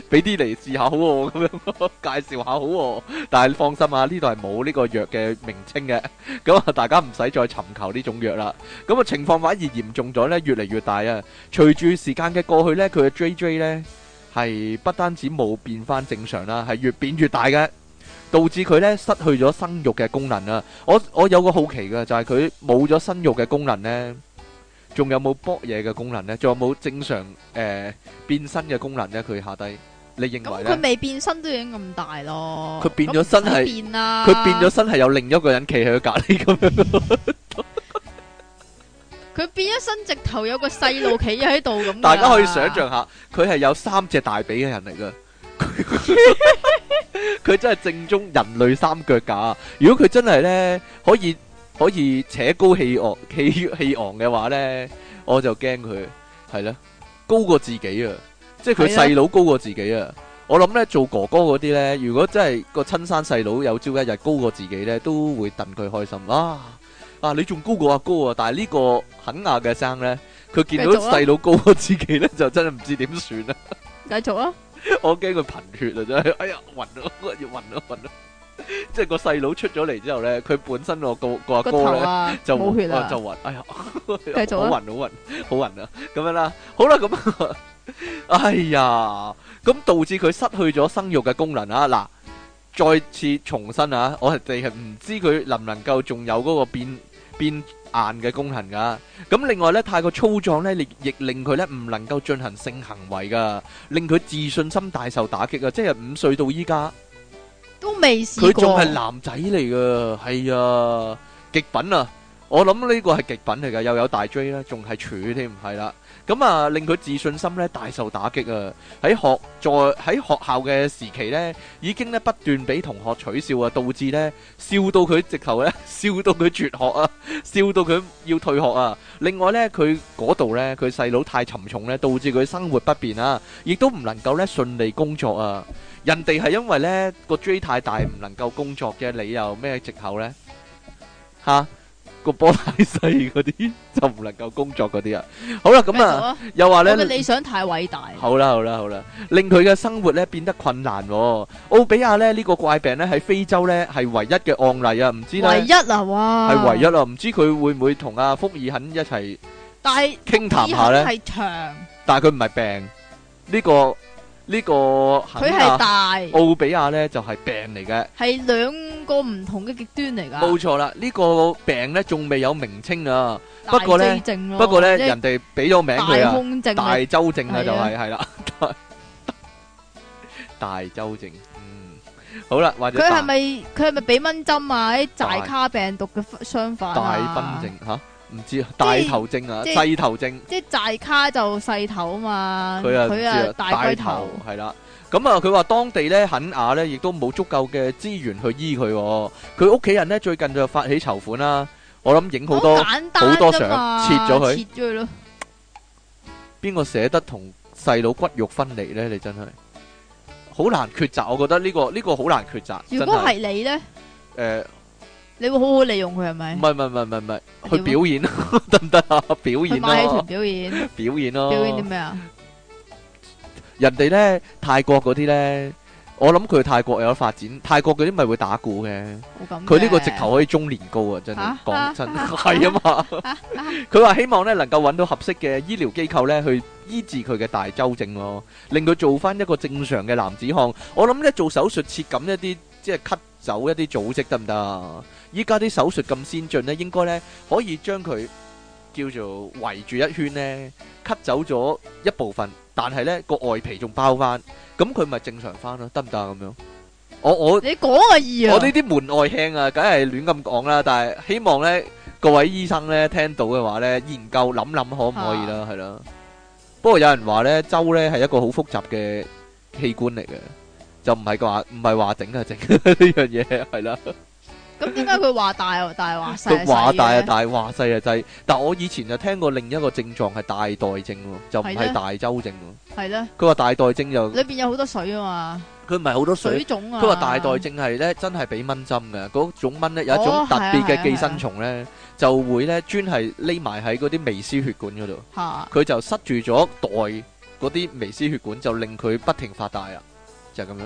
俾啲嚟試下好喎、咁樣 介紹下好喎、但係放心啊，呢度係冇呢個藥嘅名稱嘅，咁啊，大家唔使再尋求呢種藥啦。咁啊，情況反而嚴重咗咧，越嚟越大啊！隨住時間嘅過去咧，佢嘅 J J 咧係不單止冇變翻正常啦，係越變越大嘅，導致佢咧失去咗生育嘅功能啊！我我有個好奇嘅就係佢冇咗生育嘅功能咧，仲有冇搏嘢嘅功能咧？仲有冇正常誒、呃、變身嘅功能咧？佢下低，你認為咁咧佢？未變身都已經咁大咯。佢變咗身係咁唔使變啊啦，佢變咗身係有另一個人企喺佢隔離咁樣。佢變咗身，直頭有個細路企喺度咁㗎。大家可以想象下，佢係有三隻大髀嘅人嚟噶。佢 佢真係正宗人類三腳架。如果佢真係呢，可以可以扯高氣昂 氣氣昂嘅話呢，我就驚佢係啦，高過自己啊！即係佢係啊細佬高過自己啊！我諗呢，做哥哥嗰啲呢，如果真係個親生細佬有朝一日高過自己呢，都會戥佢開心啊！啊，你仲高過阿哥啊！但係呢個肯亞嘅生呢，佢見到繼續啦細佬高過自己呢，就真係唔知點算啦。 繼續啊，我驚佢貧血啊！真係，哎呀暈咯，要暈咯暈咯！即係個細佬出咗嚟之後咧，佢本身個個個阿哥個頭咧啊就冇血啊啦就。暈，哎呀，繼續啊好暈好暈好暈啊！咁樣啦，好啦咁，哎呀，咁導致佢失去咗生育嘅功能啊！嗱。再次重申啊，我哋係唔知佢能唔能夠仲有嗰個變變硬嘅功能噶。咁另外咧，太過粗壯咧，亦亦令佢咧唔能夠進行性行為噶，令佢自信心大受打擊啊！即係五歲到依家，都未試過。佢仲係男仔嚟噶，係啊，極品啊！我諗呢個係極品嚟噶，又有大 J 啦，仲係處添，係啦。咁啊，令佢自信心咧大受打擊啊！喺學在喺學校嘅時期咧，已經咧不斷俾同學取笑啊，導致咧笑到佢直頭咧 笑到佢絕學啊，笑到佢要退學啊！另外咧，佢嗰度咧，佢細佬太沉重咧，導致佢生活不便啊，亦都唔能夠咧順利工作啊！人哋係因為咧個 J 太大唔能夠工作嘅，你又咩藉口咧？吓個波太細嗰啲就唔能夠工作嗰啲啊！好啦，咁啊，繼續啊，又話我咧嘅。理想太偉大。好啦好啦好啦，令佢嘅生活咧變得困難、喎。奧比亞咧呢、個怪病咧喺非洲咧係唯一嘅案例啊，唔知唯咧一啊，哇！係唯一。啊，唔知佢會唔會同阿福爾肯一齊但係傾談下咧？係長，但係佢唔係病，呢、個呢、個肯佢係亞大，奧比亞咧就係、病嚟嘅。係兩個唔同嘅極端嚟㗎。冇錯啦，呢、個病咧仲未有名稱啊，大不過呢劑症咯不過咧即係人哋俾咗名佢大啊，胸症啊大周症啊係啊就係係啦， 大大周症，嗯，好啦，或者佢大係咪佢係咪俾蚊針啊？啲寨卡病毒嘅相反大啊分，症吓，唔知啊，大頭症啊，即係細頭症，即係寨卡就細頭啊嘛，佢啊唔佢知啊啊，大龜頭頭，係啦。咁啊，佢話當地咧肯雅咧，亦都冇足夠嘅資源去醫佢喎。佢屋企人咧最近就發起籌款啦，我諗影好多簡單好多啫嘛相切咗佢切咗佢咯，邊個捨得同細佬骨肉分離呢？你真係好難抉擇，我覺得呢、個呢、個好難抉擇。如果真係係你咧，誒，你會好好利用佢係咪唔？係唔係唔係唔係，去點啊表演咯得唔得啊？表去演馬戲咯團，表演，表演表演啲咯。咩啊？人哋呢，泰國嗰啲呢，我諗佢泰國有得發展，泰國嗰啲咪會打鼓嘅。冇咁嘅佢呢個直頭可以中年高啊！真係啊講真，啊 係啊嘛。佢話希望咧能夠揾到合適嘅醫療機構咧去醫治佢嘅大周症咯，令佢做翻一個正常嘅男子漢。我諗咧做手術切咁一啲，即係 cut 走一啲組織得唔得啊？依家啲手術咁先進咧，應該咧可以將佢叫做圍住一圈咧，cut 走咗一部分，但係咧個外皮仲包翻，咁佢咪正常翻咯，得唔得啊？咁樣，我我。你講個意啊我呢，啲門外輕啊，梗係亂咁講啦。但係希望咧，各位醫生咧聽到嘅話咧，研究諗諗可唔可以啦，係啦。不過有人話咧，周咧係一個好複雜嘅 器官嚟嘅，就唔係話唔係話整啊整呢樣嘢係啦。咁點解佢話大又大，話細佢又話細大啊嘅？大，話細啊細。但我以前就聽過另一個症狀係大袋症喎，就唔係係咧大周症喎。係咧，佢話大袋症就裏边有好多水啊嘛，佢唔係好多水水。腫啊。佢話大袋症係咧真係俾蚊針嘅，嗰種蚊咧有一種哦特別係啊係嘅啊寄生蟲咧，就會咧專係匿埋喺嗰啲微絲血管嗰度，吓，佢就塞住咗袋嗰啲微絲血管，就令佢不停發大啊，就係咁樣，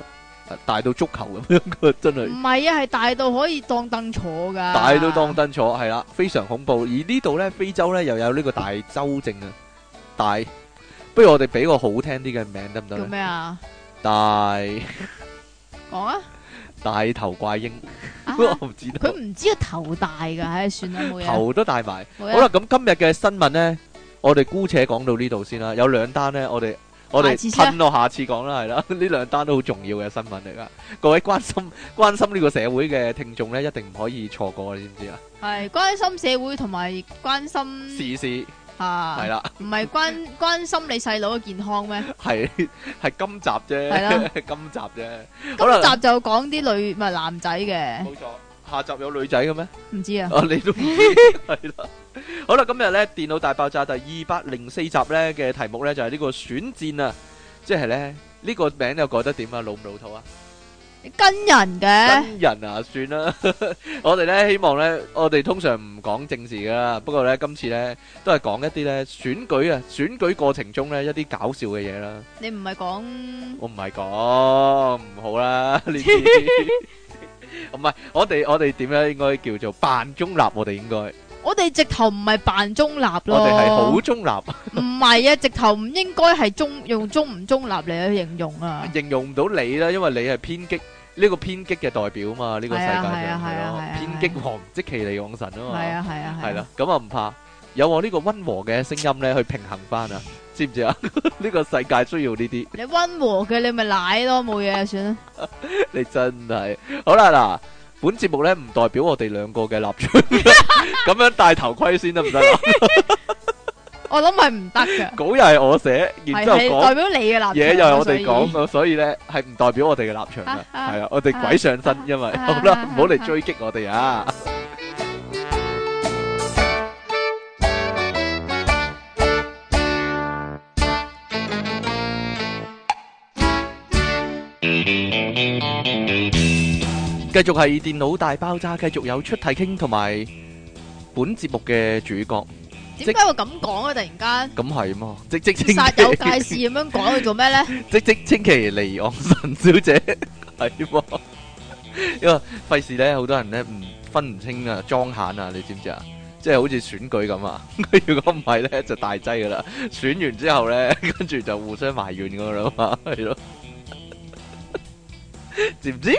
大到足球咁樣， 佢真係唔。係啊，係大到可以當凳坐噶，大都當凳坐，係啦，非常恐怖。而呢度呢，非洲呢又有呢個大洲症啊，大。不如我哋俾個好聽啲嘅名得唔得叫呢？咩啊？大講 啊，大頭怪鷹，啊 我唔知佢道，唔知個頭大㗎，唉，算啦，冇嘢，頭都大埋。冇嘢好啦，咁今日嘅新聞呢，我哋姑且講到呢度先啦。有兩單呢，我哋我哋下次先啦吞落下次講啦，係 啦。呢兩單都好重要嘅新聞嚟噶。各位關心關心呢個社會嘅聽眾呢，一定唔可以錯過，你知唔知啊？係關心社會同埋關心時事吓，係啦。唔係關 關心你細佬嘅健康咩？係-係今集啫，係啦。 今集啫。今集就好啦，講啲女唔係男仔嘅，冇錯，下集有女仔嘅咩？唔知啊， 啊，你都唔知， 係啦。好啦，今日呢，電腦大爆炸第204集呢嘅題目呢，就係呢個選戰啊，即係呢，呢個名又改得點啊，老唔老土啊？跟人嘅。真人啊，算啦。 我哋呢，希望呢，我哋通常唔講政治㗎啦，不過呢，今次呢，都係講一啲呢，選舉啊，選舉過程中呢，一啲搞笑嘅嘢啦。 你唔係講我唔係講，唔好啦呢啲。唔係，我哋我哋點樣應該叫做扮中立？我哋應該，我哋直頭唔係扮中立咯，我哋係好中立，唔係啊，直頭唔應該係中用中唔中立嚟去形容啊，形容唔到你啦，因為你係偏激呢個偏激嘅代表嘛，呢個世界上係啊係啊係係咯啊，偏激王即其利往神啊係嘛，啊係啊係啦，，咁啊唔怕，有我呢個温和嘅聲音咧去平衡翻啊，知唔知啊？ 呢個世界需要呢啲。你温和嘅你咪奶咯，冇嘢啊算啦，你真係好啦嗱，本節目咧唔代表我哋兩個嘅立場， 咁樣戴頭盔先得唔 得啊？我諗係唔得嘅，稿又係我寫，然係之後係代講表你嘅立場嘢又係我哋講所嘅，所以咧係唔代表我哋嘅立場嘅， 啊係啊，我哋鬼上身，因為啊好啦，啊唔好嚟追擊我哋啊！繼續係電腦大爆炸，繼續有出體傾同埋本節目嘅主角，以點解會咁講啊？突然咁係嘛？即即間清 殺有界事咁樣講佢做咩咧？即即清奇離岸神小姐 係喎，因為費事咧，好多人咧唔分唔清啊，裝閒啊，你知唔知啊？即係好似選舉咁啊！ 如果唔係咧，就大劑噶啦。選完之後咧， 跟住就互相埋怨噶啦嘛， 係咯。知唔知？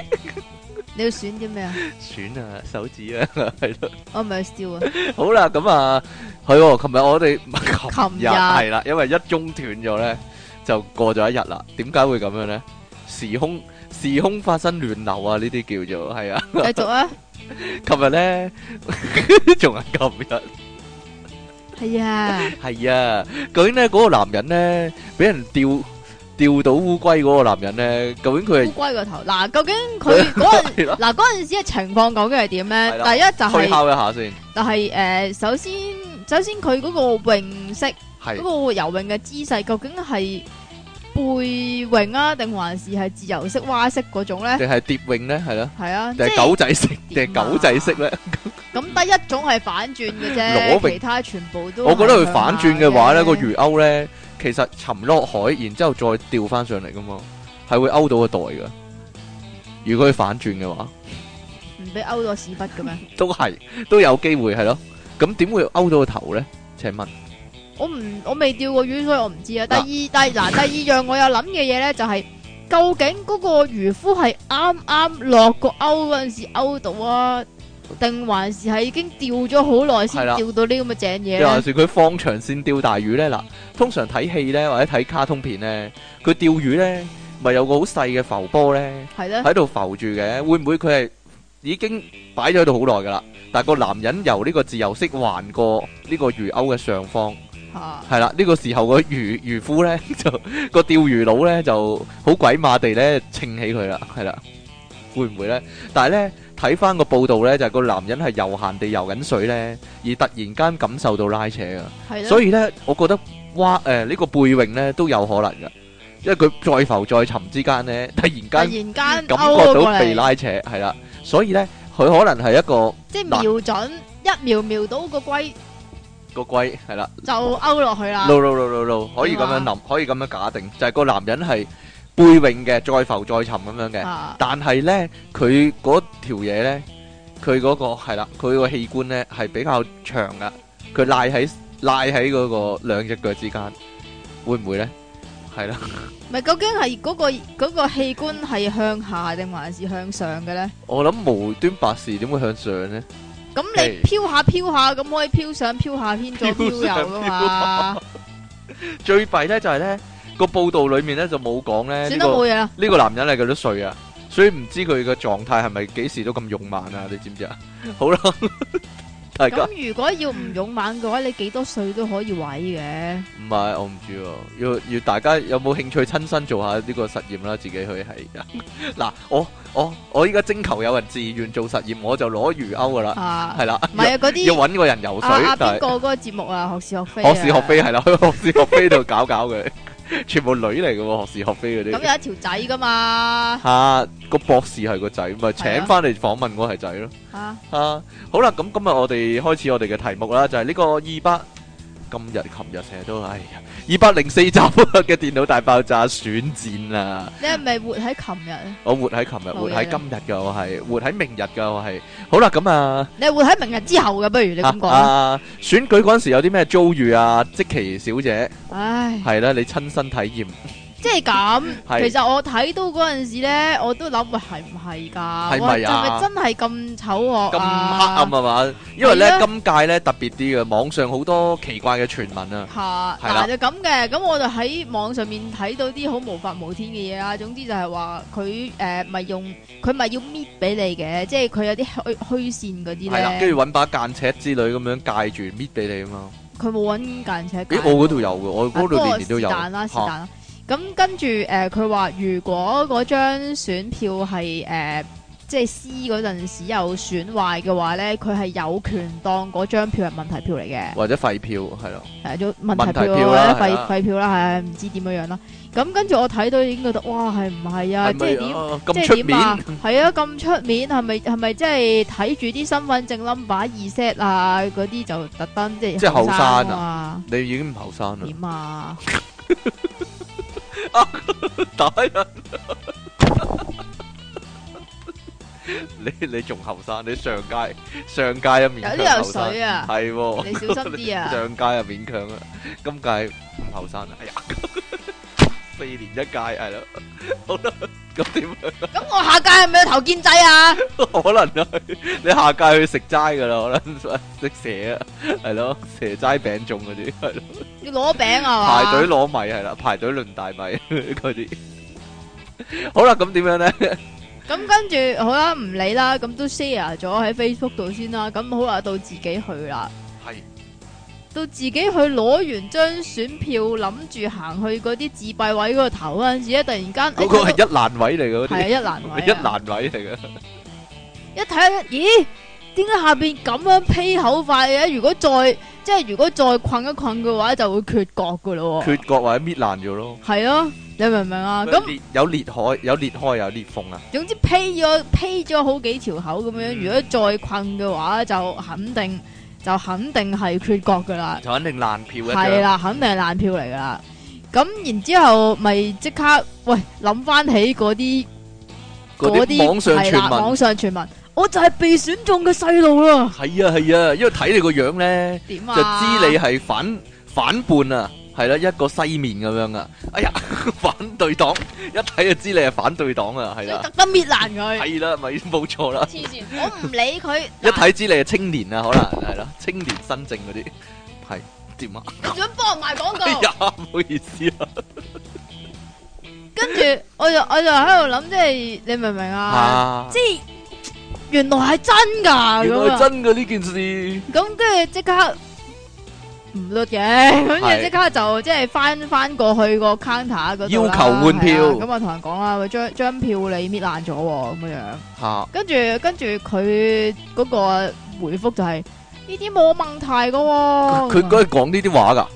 你要選啲咩啊？選啊，手指啊，係咯。我咪去笑啊！好啦，咁啊，係喎，琴日我哋唔係 琴琴日日係啦，因為一中斷咗咧，就過咗一日啦。點解會咁樣咧？時空時空發生亂流啊！呢啲叫做 係啊。繼續啊！琴日 咧，仲係琴日。係啊，係啊，究竟咧嗰個男人咧，俾人釣釣到烏龜嗰個男人咧，究竟佢烏龜個頭嗱，究竟 佢嗰陣係係啦嗱嗰陣時嘅情況究竟係點咧？係啦第一就係係推。敲一下先？但係誒、呃首先首先佢嗰個泳式，嗰係個游泳嘅姿勢究竟係背泳啊，定還是係自由式、蛙式嗰種咧？定係蝶泳咧？係咯，係啊，即定係係狗仔式？定係狗仔式咧？咁得一種係反轉嘅裸泳啫，其他全部都我覺覺得佢反轉嘅話咧，個魚鈎咧其實沉落海，然之後再吊翻上嚟噶嘛，係會勾到個袋噶。如果佢反轉嘅話，唔俾勾到屎忽嘅咩？都係都有機會係咯。咁點會勾到個頭咧？請問我唔我未釣過魚，所以我唔知啊。嗱第二第嗱第二樣我有諗嘅嘢咧，就係究竟嗰個漁夫係啱啱落個鈎嗰陣時勾到啊，定還是係已經釣咗好耐先係啦釣到呢咁嘅正嘢又還咧？是佢放長線釣大魚咧？嗱，通常睇戲咧或者睇卡通片咧，佢釣魚咧咪有個好細嘅浮波咧係咧，喺度浮住嘅，會唔會佢係已經擺咗喺度好耐噶啦？但係個男人由呢個自由式橫過呢個魚鈎嘅上方。吓係啦，呢、個時候個漁漁夫咧 就個釣魚佬咧就好鬼馬地咧稱起佢啦，係啦，會唔會咧？但係咧睇翻個報道呢，就係個男人係悠閒地游緊水呢，而突然間感受到拉扯啊！係咯所，以咧，我覺得蛙誒呢、個背泳咧都有可能噶，因為佢再浮再沉之間咧，突突然然間感間勾覺咗過到被嚟，拉扯，係啦，所以咧佢可能係一個即係瞄準一瞄瞄到個龜個龜係啦就勾落去啦。 ，no no no no no，可以咁樣點諗，可以咁樣假定，就係、個男人係背泳嘅，再浮再沉咁樣嘅。啊，但係咧，佢嗰條嘢咧，佢嗰、個係啦，佢個器官咧係比較長噶，佢賴喺賴喺嗰個兩隻腳之間，會唔會咧？係啦，咪究竟係嗰個嗰個器官係向下定還是向上嘅咧？我諗無端白事點會向上咧？咁係你飄下飄下，咁可以飄上飄下，偏左飄飄上右噶嘛？最弊咧就係咧個報道裡面咧就冇講咧呢算啦，個冇嘢啦。呢個男人係幾多歲啊？所以唔知佢嘅狀態係咪幾時都咁勇猛啊？你知唔知 啊？好啦，大家。咁如果要唔勇猛嘅話，你幾多歲都可以毀嘅。唔係，我唔知喎，要要大家有冇興趣親身做下呢個實驗啦，自己去嗯係啊嗱，我我我依家徵求有人自願做實驗，我就攞魚鈎噶啦，啊，係啦，唔係啊，嗰要啲揾個人游水啊啊，邊但個係嗰個節目啊？學是學非啊。學是學非係啦，去 學是學非度搞搞佢，全部女嚟嘅喎，學是學非嗰啲。咁有一條仔噶嘛？嚇個博士係個仔，咪請翻嚟訪問我係仔咯。啊，啊，好啦，咁今日我哋開始我哋嘅題目啦，就係、呢個二百今日、琴日成日都，哎呀，二百零四集啊嘅電腦大爆炸選戰啊！你係咪活喺琴日啊？我活喺琴日，冇嘢活喺今日噶，我係活喺明日噶，我係。好啦，咁啊，你係活喺明日之後嘅，不如你咁講。啊，選舉嗰陣時有啲咩遭遇啊？即奇小姐唉，係啦，你親身體驗即係咁。係其實我睇到嗰陣時咧，我都諗喂係唔係㗎？係咪啊哇係咪真係咁醜惡咁黑暗啊啊？嘛？因為咧係啊今屆咧特別啲嘅，網上好多奇怪嘅傳聞啊。吓係啦嗱就咁嘅，咁我就喺網上面睇到啲好無法無天嘅嘢啦。啊總之就係話佢誒咪用佢咪要搣俾你嘅，即係佢有啲虛虛線嗰啲係啦，跟咧，住揾把間尺之類咁樣戒住搣俾你啊嘛。佢冇揾間尺咦，界我嗰度有嘅，我啊嗰不度過年年都有。是但啦，是嚇但啦。咁跟住誒，呃佢、話如果嗰張選票係誒、呃即係 C 嗰陣時有損壞嘅話咧，佢係有權當嗰張票係問題票嚟嘅，或者廢票係咯，誒、咗問題問題票票或啦者係啦廢廢票啦，係唔知點樣樣啦。咁跟住我睇到已經覺得哇，係唔係啊？係即咪係點？啊即咁出係點面？啊？係啊，咁出面係咪係咪即係睇住啲身份證 number 二 set 啊嗰啲就特登即係即係後生啊嗯啊？你已經唔後生啦，點啊？打人！ 你你仲後生？你上街上街一有面強啲有後生水，啊！係喎你小心啲 啊！上街啊勉強啊，今屆唔後生啦，哎呀， 四年一屆係咯，好啦，咁點啊？咁我下屆係咪要投建制啊？ 可能啊，你下屆去食齋噶啦，可能 食蛇啊，係咯， 蛇齋餅粽嗰啲，係咯，要攞餅啊？排隊攞米係啦，排隊輪大米 嗰啲。好啦，咁點樣咧？咁跟住好啦，唔理啦，咁都 share 咗喺 Facebook 度先啦。咁好啦，到自己去啦，係到自己去攞完張選票，諗住行去嗰啲自閉位嗰個頭嗰陣時咧，突然間嗰個哎係一爛位嚟嘅，嗰係啊啲一欄位 啊，一爛位嚟嘅，一睇，咦？點解下邊咁樣披口塊嘅？如果再即係如果再困一困嘅話，就會缺角噶咯缺喎。角或者搣爛咗咯。係咯，你明唔明啊？咁裂有裂開，有裂開，有裂縫啊！總之披咗披咗好幾條口咁樣，嗯如果再困嘅話，就肯定就肯定係缺角噶啦，就肯定爛票一係張。啦，肯定係爛票嚟噶啦。咁然之後咪即刻喂諗翻起嗰啲嗰啲啲網上傳係啦網聞上傳聞，我就係被選中嘅細路啦，係啊係啊，因為睇你個樣咧。點就啊？知你係反反叛啊，係啦，一個西面咁樣啊，哎呀， 反對黨，一睇就知你係反對黨啊，係所以啦，特登搣爛佢，係啦，咪冇錯 啦，黐線！我唔理佢，一睇知你係青年啊，可能係啦，青年新政嗰啲係點啊？嗱你想幫我賣廣 哎告？呀，唔好意思啊，跟住我就我就喺度諗，即係你明唔明啊？啊即，係原來係真㗎原咁來啊！真嘅呢件事，咁跟住即刻唔率嘅，跟係住即刻就即係翻翻過去個 counter 嗰度啦要求換票係啦咁啊同人講啦，喂張張票你搣爛咗喎咁樣樣，吓跟住跟住佢嗰個回覆就係呢啲冇問題嘅喎，佢嗰日講呢啲話㗎，啊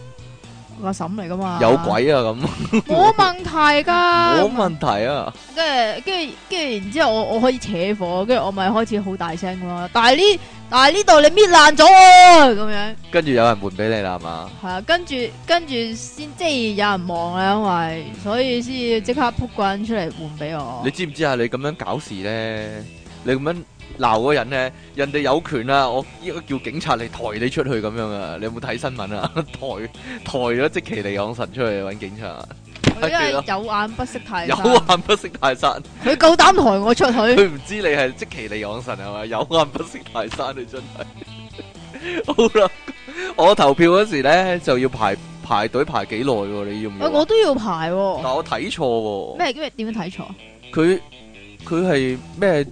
個嬸嚟噶嘛，有鬼啊咁，冇問題噶，冇問題啊，跟住跟住跟住，然之後我我可以扯火，跟住我咪開始好大聲咁咯。但係呢但係呢度你搣爛咗啊咁樣，跟住有人換俾你啦係嘛，係啊，跟住跟住先即係有人望啦，因為所以先即刻撲棍出嚟換俾我你。知唔知啊？你咁樣搞事咧，你咁樣鬧嗰人咧，人哋有權啊，我依家叫警察嚟抬你出去咁樣啊！你有冇睇新聞啊？ 抬抬咗即其利昂神出去揾警察，啊佢因為有眼不識泰有山，眼不識泰山。佢夠膽抬我出去。佢唔知你係即其利昂神係咪？有眼不識泰山，你真係 好啦！我投票嗰時咧就要排排隊排幾耐喎？你要唔喂，要我啊？都要排喎。但我睇錯喎，咩？因為點樣睇錯？佢佢係咩？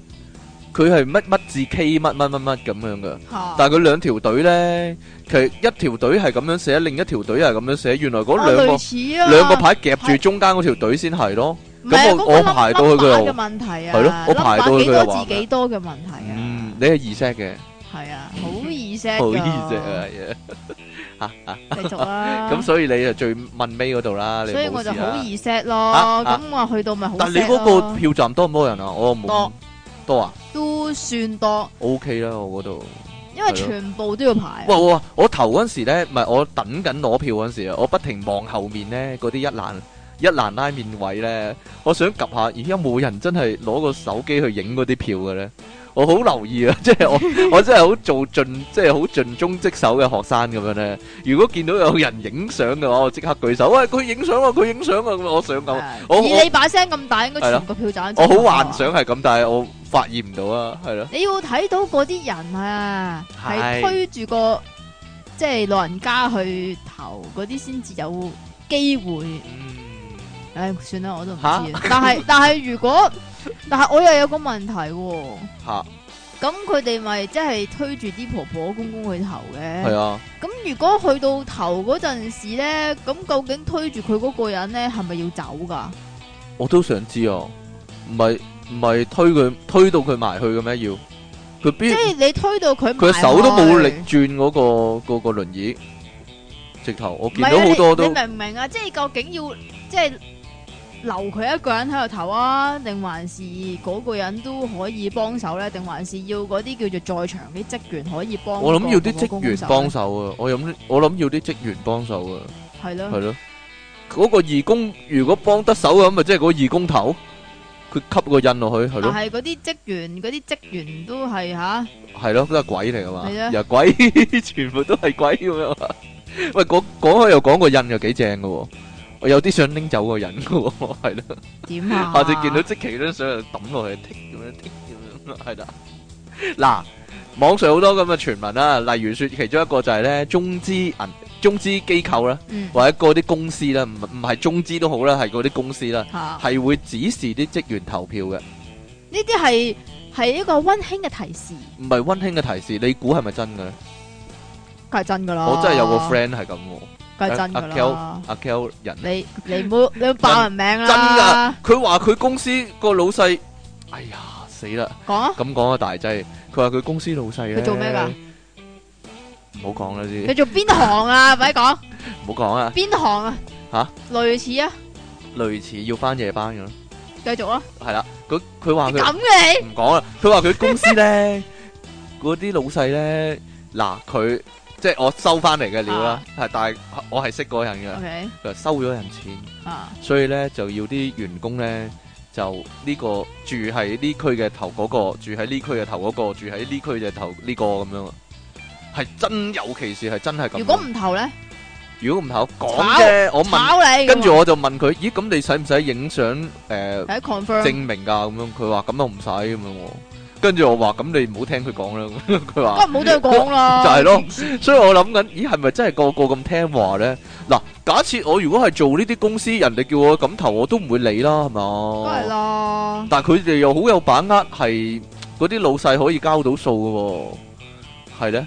佢係乜乜字 K 乜乜乜乜咁樣噶。嚇！但係佢兩條隊咧，其實一條隊係咁樣寫，另一條隊又係咁樣寫。原來啊嗰兩個類似啊，兩個牌夾住中間嗰條隊先係咯。唔係啊咁我嗰個我排到去佢又 number 嘅問題啊，係咯我排到去佢又 number 幾話多字幾多嘅問題啊。嗯，你係二 set 嘅，系啊，好易 set 好噶，二 set 啊，係啊。继续啦。 咁所以你就最問尾嗰度啦，你啊所以我冇就事好啦。易 set 啊咯。啊咁我去到咪好 set 咯。但係你嗰個票站多唔多人啊？我冇多多啊都算多， ，OK 啦，我嗰度。因為係咯全部都要排。啊哇哇！我投嗰陣時咧，唔係我等緊攞票嗰陣時啊，我不停望後面咧嗰啲一欄一欄拉面位咧，我想及下，咦有冇人真係攞個手機去影嗰啲票嘅咧？我好留意啊，即 係我我真係好做盡，即係好盡忠職守嘅學生咁樣咧。如果見到有人影相嘅話，我即刻舉手，喂佢影相啊，佢影相啊，咁我想咁，係我以你把聲咁大，應該係啦全個票站。我好幻。想係咁，但係我發現唔到啊，係咯，你要睇到嗰啲人啊，係係推住個即係老人家去投嗰啲，先至有機會。嗯，唉，算啦，我都唔知嚇啊。但係但係如果，但係我又有個問題喎。嚇，咁佢哋咪即係推住啲婆婆公公去投嘅。係啊。咁如果去到頭嗰陣時咧，咁究竟推住佢嗰個人咧係咪要走噶？我都想知啊，唔係唔係推佢推到佢埋去嘅咩？要佢即邊係你推到佢，嗯佢手都冇力。轉嗰、個嗰、個輪椅，直頭我唔見係到啊，好多你都你明唔明啊？即係究竟要即係留佢一個人喺度投啊，定還是嗰個人都可以幫手咧？定還是要嗰啲叫做在場啲職員可以幫？我諗要啲職員幫。手啊！我諗我諗要啲職員幫手啊，係咯係，咯。嗰、個義工如果幫得手嘅咁，咪即係嗰個義工頭，佢吸個印落去係但咯係嗰啲職員，嗰啲職員都係吓，係咯，都係鬼嚟噶嘛，係啊又鬼 全部都係鬼咁樣啊。喂，講講開又講個印又幾正嘅喎，我有啲想拎走個印嘅喎， 係咯。點啊？下次見到即奇張相就抌落去，剔咁樣剔咁樣，係啦。嗱，網上好多咁嘅傳聞啦，例如説其中一個就係咧中資銀、中資機構啦，嗯或者嗰啲公司啦，唔唔係中資都好啦，係嗰啲公司啦，嚇。係會指示啲職員投票嘅，呢啲係係一個温馨嘅提示，唔 係温馨嘅提示。你估係咪真嘅咧？梗係真噶啦。我真係有個 friend 係咁喎，梗係真噶阿 Kel 啦。阿 Kel 人。你你唔好你唔好爆人名啦。真㗎佢話佢公司個老細，哎呀死啦！真噶，講啊！咁講啊大劑，佢話佢公司老細咧，佢做咩㗎？唔好講啦你先，做邊行啊？咪講唔好講啊，邊行啊？吓？類似啊，類似要翻夜班嘅咯，繼續啊！係啦，佢佢話你佢咁嘅唔講啦，佢話佢公司咧嗰啲老細咧，嗱佢即係我收翻嚟嘅料啦，係但係我係識嗰個人你嘅， ，OK 佢話收咗人錢，啊？所以咧就要啲員工咧。就呢個住喺呢區嘅頭嗰、個，住喺呢區嘅頭嗰、個，住喺呢區嘅頭呢個咁樣啊，係真有其事，係真係咁。如果唔投咧，如果唔考講啫，我問，炒你。跟住我就問佢，咦咁你使唔使影相誒睇 confirm 證明㗎？咁樣佢話咁又唔使咁樣喎。跟住我話咁你唔好聽佢講啦。咁樣佢咁話，唔好對佢講啦。就係咯所以我諗緊，咦係咪真係個個咁聽話咧？嗱，假設我如果係做呢啲公司，人哋叫我咁投，我都唔會理啦，係梗係嘛？啦。但係佢哋又好有把握係嗰啲老細可以交到數嘅喎，係咧。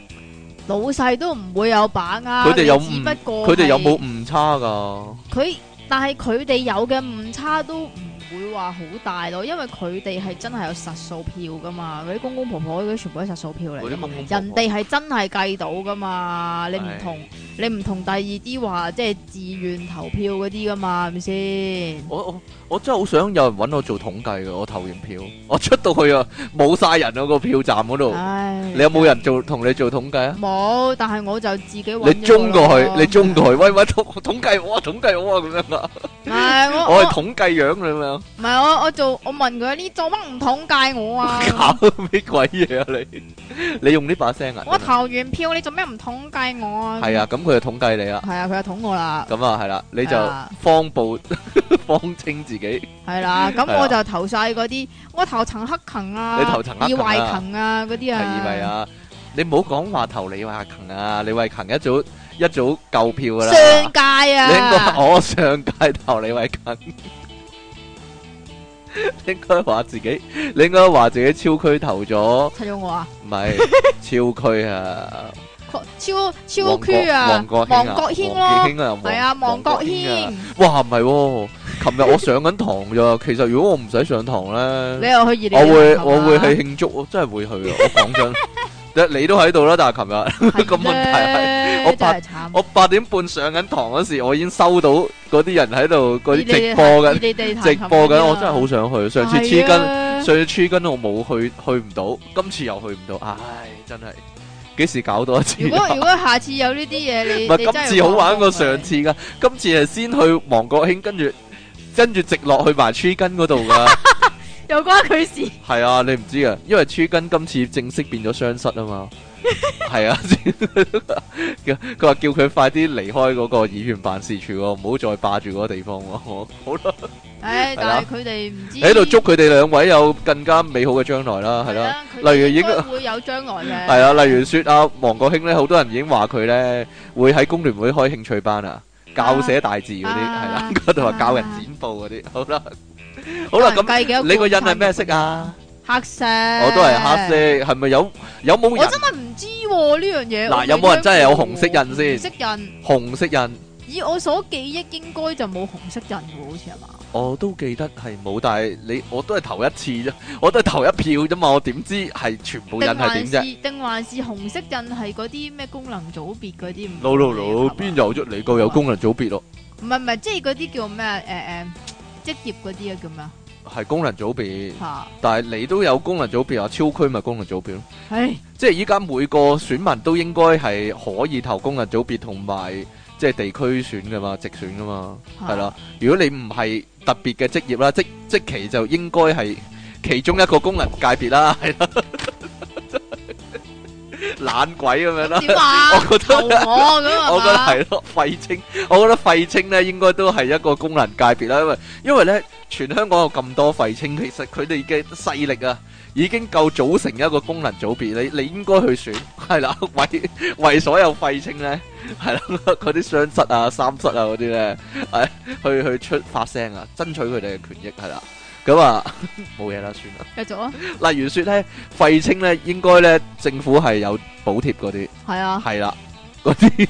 老细都唔會有把握。佢哋有你只誤不過佢哋有係冇誤差㗎？佢，但係佢哋有嘅誤差都唔會話好大咯，因為佢哋係真係有實數票噶嘛，嗰啲公公婆婆嗰啲全部都係實數票嗰嚟㗎啲嘛。公公婆婆人哋係真係計到噶嘛，你唔係同你唔同第二啲話即係自愿投票嗰啲噶嘛，係咪先？我我我真係好想有人揾我做統計嘅，我投完票，我出到去啊冇晒人啊個票站嗰度，唉，你有冇人做同你做統計啊？冇？但係我就自己揾你咗中過去咯，你中過去，喂喂統統計我啊，統計我啊咁樣啊，唔係我我我係統計樣咁樣，唔係我我做我問佢你做乜唔統計 我啊？搞咩鬼嘢啊你？你用呢把聲啊？我投完票你做咩唔統計我啊？係啊，咁佢就統計你啊，係啊，佢就捅我啦，咁啊係啦，你就係啊方 報方清自己。係啦，係咁啊我就投晒嗰啲，我投陳克勤啊，你投陳克勤啊李慧勤啊嗰啲啊，à. 係以為啊，你唔好講話投李慧瓊啊，李慧瓊一早-一早夠票㗎啦。上屆啊，你應該- 我上屆投李慧瓊。你應該話自己-你應該話自己超區投咗-唔係，睇咗我啊，超區啊，超超 Q 啊王國-，王國興啊，國軒咯，王國興啊，王-係啊，王國王軒，國興啊。 哇，唔係喎，琴日我上緊堂咋，其實如果我唔使上堂呢，你又去二零，我會- 我會去慶祝，真係會去啊，我講真。你都喺度啦，但係琴日個個問題係我真八係慘，我八點半上緊堂嗰時，我已經收到嗰啲人喺度嗰啲你哋直播緊，你哋彈直琴播嗰緊，啲啊我真係好想去。上次黐筋，上係啊次黐筋我冇去，去唔到，今次又去唔到，唉，真係幾時搞多一次如啊？果如果下次有呢啲嘢，你唔你係真今係啊次好玩過幫幫我上次噶，今次係先去黃國興，跟住跟住直落去埋黐筋嗰度噶。又關佢事，係啊，你唔知啊，因為黐筋今次正式變咗雙失啊 嘛。係啊， 叫佢話叫佢快啲離開嗰個議員辦事處喎，唔好再霸住嗰個地方喎。好啦，唉，係啦但係佢哋唔知喺度祝佢哋兩位有更加美好嘅將來啦，係係啦。啦，佢哋例如應應該會有將來嘅，係啊，例如説啊，黃國興咧，好多人已經話佢咧會喺工聯會開興趣班啊，教寫大字嗰啲係啦啊，嗰度話教人啊剪報嗰啲。好啦，好啦，咁你個印係咩色啊？黑色，我我都係黑色，係咪有有冇我人真係唔知喎呢樣嘢。嗱我有冇人真係有紅色印先紅色印，紅色印？以我所記憶應該就冇紅色印喎，好似係嘛？我都記得係冇，但係你我都係投一次啫，我都係投一票啫嘛，我點知係全部人定係還點啫是定還是紅色印係嗰啲咩功能組別嗰啲？唔？no no no，係邊嘛有啫？你個有功能組別咯，唔係唔係，即係嗰啲叫咩？誒誒，職業嗰啲啊叫咩啊？係功能組別，嚇！但係你都有功能組別啊，超區咪功能組別咯。唉，即係依家每個選民都應該係可以投功能組別同埋即係地區選噶嘛，直選噶嘛，嚇係啦。如果你唔係特別嘅職業啦，即即其就應該係其中一個功能界別啦，係啦，懶鬼咁樣啦。點啊？ 我覺得投我咁啊嘛？ 我覺得係咯，廢青，我覺得廢青咧應該都係一個功能界別啦，因為因為咧全香港有咁多廢青，其實佢哋嘅勢力啊已經夠組成一個功能組別，你你應該去選， 係啦，為為所有廢青咧，係啦， 嗰啲雙失啊、三失啊嗰啲咧，係去去出發聲啊，爭取佢哋嘅權益係啦，咁啊 冇嘢啦，算啦。繼續啊，例如説咧，廢青咧應該咧政府係有補貼嗰啲。係啊，系啦，嗰啲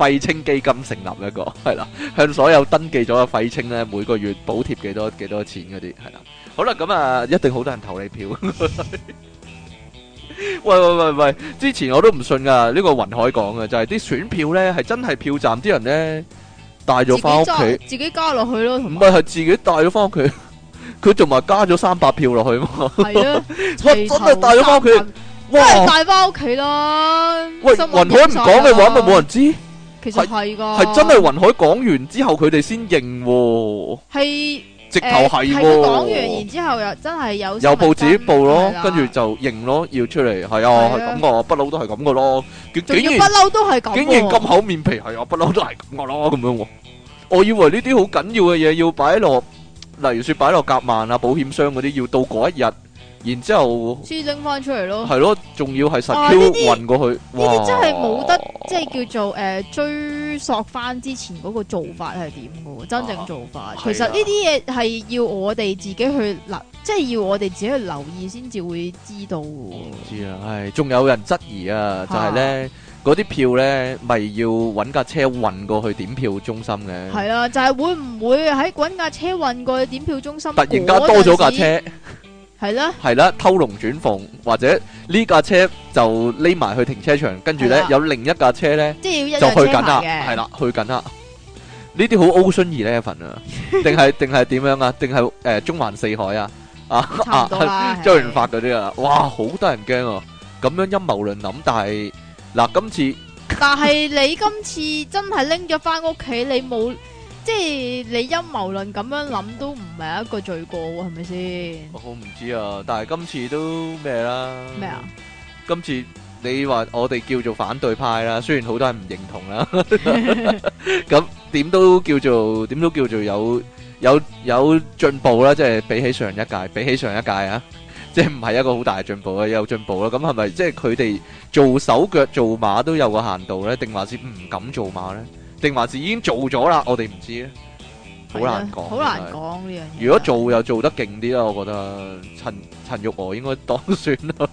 廢青基金成立一個，係啦，向所有登記咗嘅廢青咧，每個月補貼幾多幾多錢嗰啲，係啦。好啦，咁啊，一定好多人投你票。 喂喂喂喂，之前我都唔信噶，呢、個雲海講嘅就係、啲選票咧係真係票站啲人咧帶自咗己翻屋揸企，自己加落去咯，同唔埋 係係自己帶咗翻屋企，佢仲話加咗三百票落去嘛，係啊，哇真係帶咗翻屋企齊頭都係哇！帶翻屋企啦。喂，新聞雲海唔講嘅話，咪冇人知。其實係噶，系真系云海講完之後，佢哋先認喎，係直頭係係喎。佢講完，然之後又真係有有報紙報咯係，啦跟住就認咯，要出嚟係啊，係係啊咁噶，不嬲都係咁噶咯。竟仲要竟不然嬲都係咁喎，竟然咁厚面皮，係啊，不嬲都係咁噶咯，咁樣喎。我以為呢啲好緊要嘅嘢要擺落，例如说擺落夾萬啊、保險箱嗰啲，要到嗰一日，然之后輸拎翻出嚟咯，係咯，仲要係實哇 Q 哦呢啲運過去。呢啲真係哇冇得即係叫做誒追追溯翻之前嗰個做法係點嘅喎，真正做法。啊其實呢啲嘢係要我哋自己去留，即係要我哋自己去留意先至會知道嘅喎。唔知啊，唉，仲有人質疑啊，就係咧嗰啲票咧，咪要揾架車運過去點票中心嘅，係啦，就係會唔會喺滾架車運過去點票中心？突然間多咗架，車，係啦，係啦，偷龍轉鳳，或者呢架車就匿埋去停車場，跟住係咧啦有另一架車咧即係要一就樣去車緊啦，牌係嘅。啦，去緊啦。呢啲好 Ocean Eleven 啊，定係定係點樣啊？定係誒中環四海啊？啊差唔多啦啊，周潤發嗰啲啊，哇，好得人驚啊！咁樣陰謀論諗，但係嗱，今次但係你今次真係拎咗翻屋企，你冇即係你陰謀論咁樣諗都唔係一個罪過喎，係咪先？我唔知啊，但係今次都咩啦？咩啊？今次你話我哋叫做反對派啦，雖然好多人唔認同啦， 咁點都叫做點都叫做有有有進步啦，即係比起上一屆，比起上一屆啊，即係唔係一個好大嘅進步啊，有進步啦。咁係咪即係佢哋做手腳做馬都有個限度呢？定還是唔敢做馬呢？定還是已經做咗啦？我哋唔知呢，好難講，啊好真係難講呢樣嘢。如果做又做得勁啲啦，我覺得陳陳玉娥應該當選啦。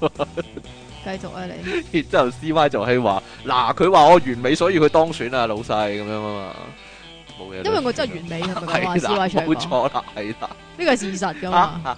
繼續啊，你然之後 C Y 就係話：嗱，佢話我完美，所以佢當選啦，老細咁樣啊嘛，冇嘢啦。因為我真係完美係咪咁話 係思啦，維冇出嚟錯啦，係啦。呢個係事實 噶嘛？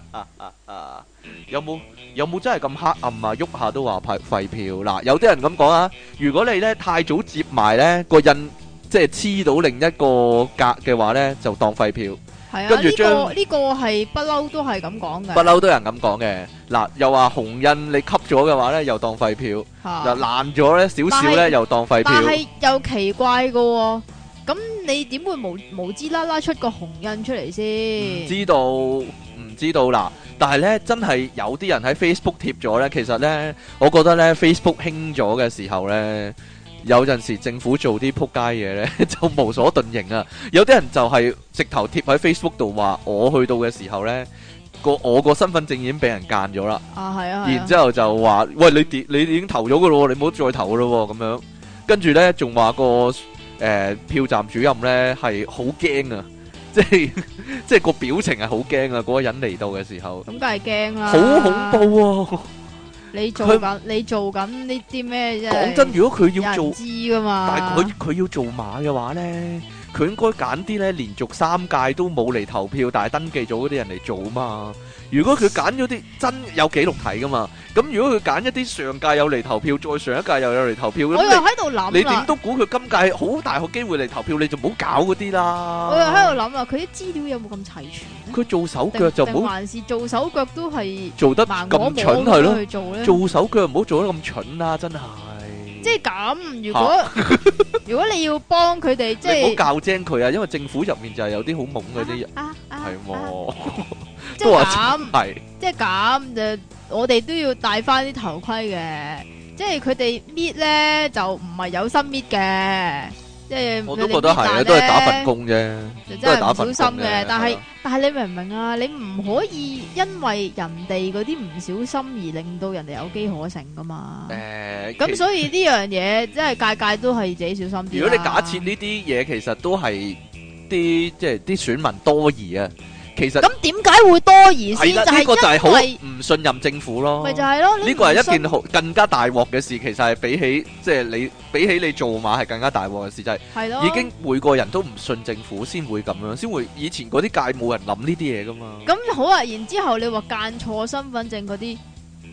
啊！有冇有冇真係咁黑暗啊？喐下都話派廢票嗱，有啲人咁講啊。如果你咧太早接埋咧個印，即係黐到另一個格嘅話咧，就當廢票。係啊，跟住呢個將呢個係不嬲都係咁講嘅。不嬲都有人咁講嘅。嗱，又話紅印你吸咗嘅話咧，又當廢票；嚇又爛咗咧少少啊但咧，係又當廢票但。係又奇怪嘅喎，咁你點會無無知啦啦出個紅印出嚟唔先？知道，唔知道嗱。但係咧，真係有啲人喺 Facebook 貼咗咧。其實咧，我覺得咧，Facebook 興咗嘅時候咧，有陣時政府做啲撲街嘢咧， 就無所遁形啊。有啲人就係直頭貼喺 Facebook 度話，我去到嘅時候咧，個我個身份證已經俾人間咗啦。啊，係啊，係啊然之後就話：喂，你跌，你已經投咗噶咯喎，你唔好再投噶咯喎，咁樣。跟住呢，仲話個誒、呃票站主任呢係好驚啊，即係 即係個表情係好驚啊，嗰、個人嚟到嘅時候，咁梗係驚啦，好、恐！怖啊！你做佢緊你做緊呢啲咩啫？講真，如果佢要有做人，知噶嘛？但係佢佢要做馬嘅話呢，佢應該揀啲呢連續三屆都冇嚟投票，但係登記咗嗰啲人嚟做嘛。如果佢揀咗啲真有記錄睇噶嘛，咁如果佢揀一啲上屆有嚟投票，再上一屆又有嚟投票，我咁又你喺度你諗點啦，都估佢今屆好大個機會嚟投票，你就唔好搞嗰啲啦。我又喺度諗啦，佢啲資料有冇咁齊全咧？佢做手腳定就定唔好還是做手腳都係做得盲摸咁摸蠢係咁咯，去做咧？做手腳唔好做得咁蠢啦，真係。即係咁，如果 如果你要幫佢哋，即你唔好係教精佢啊，因為政府入面就係有啲好懵嗰啲人，啊啊係啊喎，即都係話咁，係即係咁就我哋都要戴翻啲頭盔嘅，即係佢哋搣咧就唔係有心搣嘅，即係我都覺得係啊，都係打份，工啫，就都真係打係份唔工小心嘅啫。但係啊但係你明唔明啊？你唔可以因為人哋嗰啲唔小心而令到人哋有機可乘噶嘛。誒，咁其所以呢樣嘢即係屆屆都係自己小心啲如啦。果你假設呢啲嘢其實都係啲即係啲選民多疑啊，其實咁點解會多疑先？係就啦，呢個就係係好因為唔信任政府咯。咪就係咯，呢個係一件好更加大鑊嘅事，其實係比起即係你比起你做馬係更加大鑊嘅事，就係、係咯，已經每個人都唔信政府先會咁樣，先會以前嗰啲界冇人諗呢啲嘢噶嘛。咁好啊，然之後你話間錯身份證嗰啲，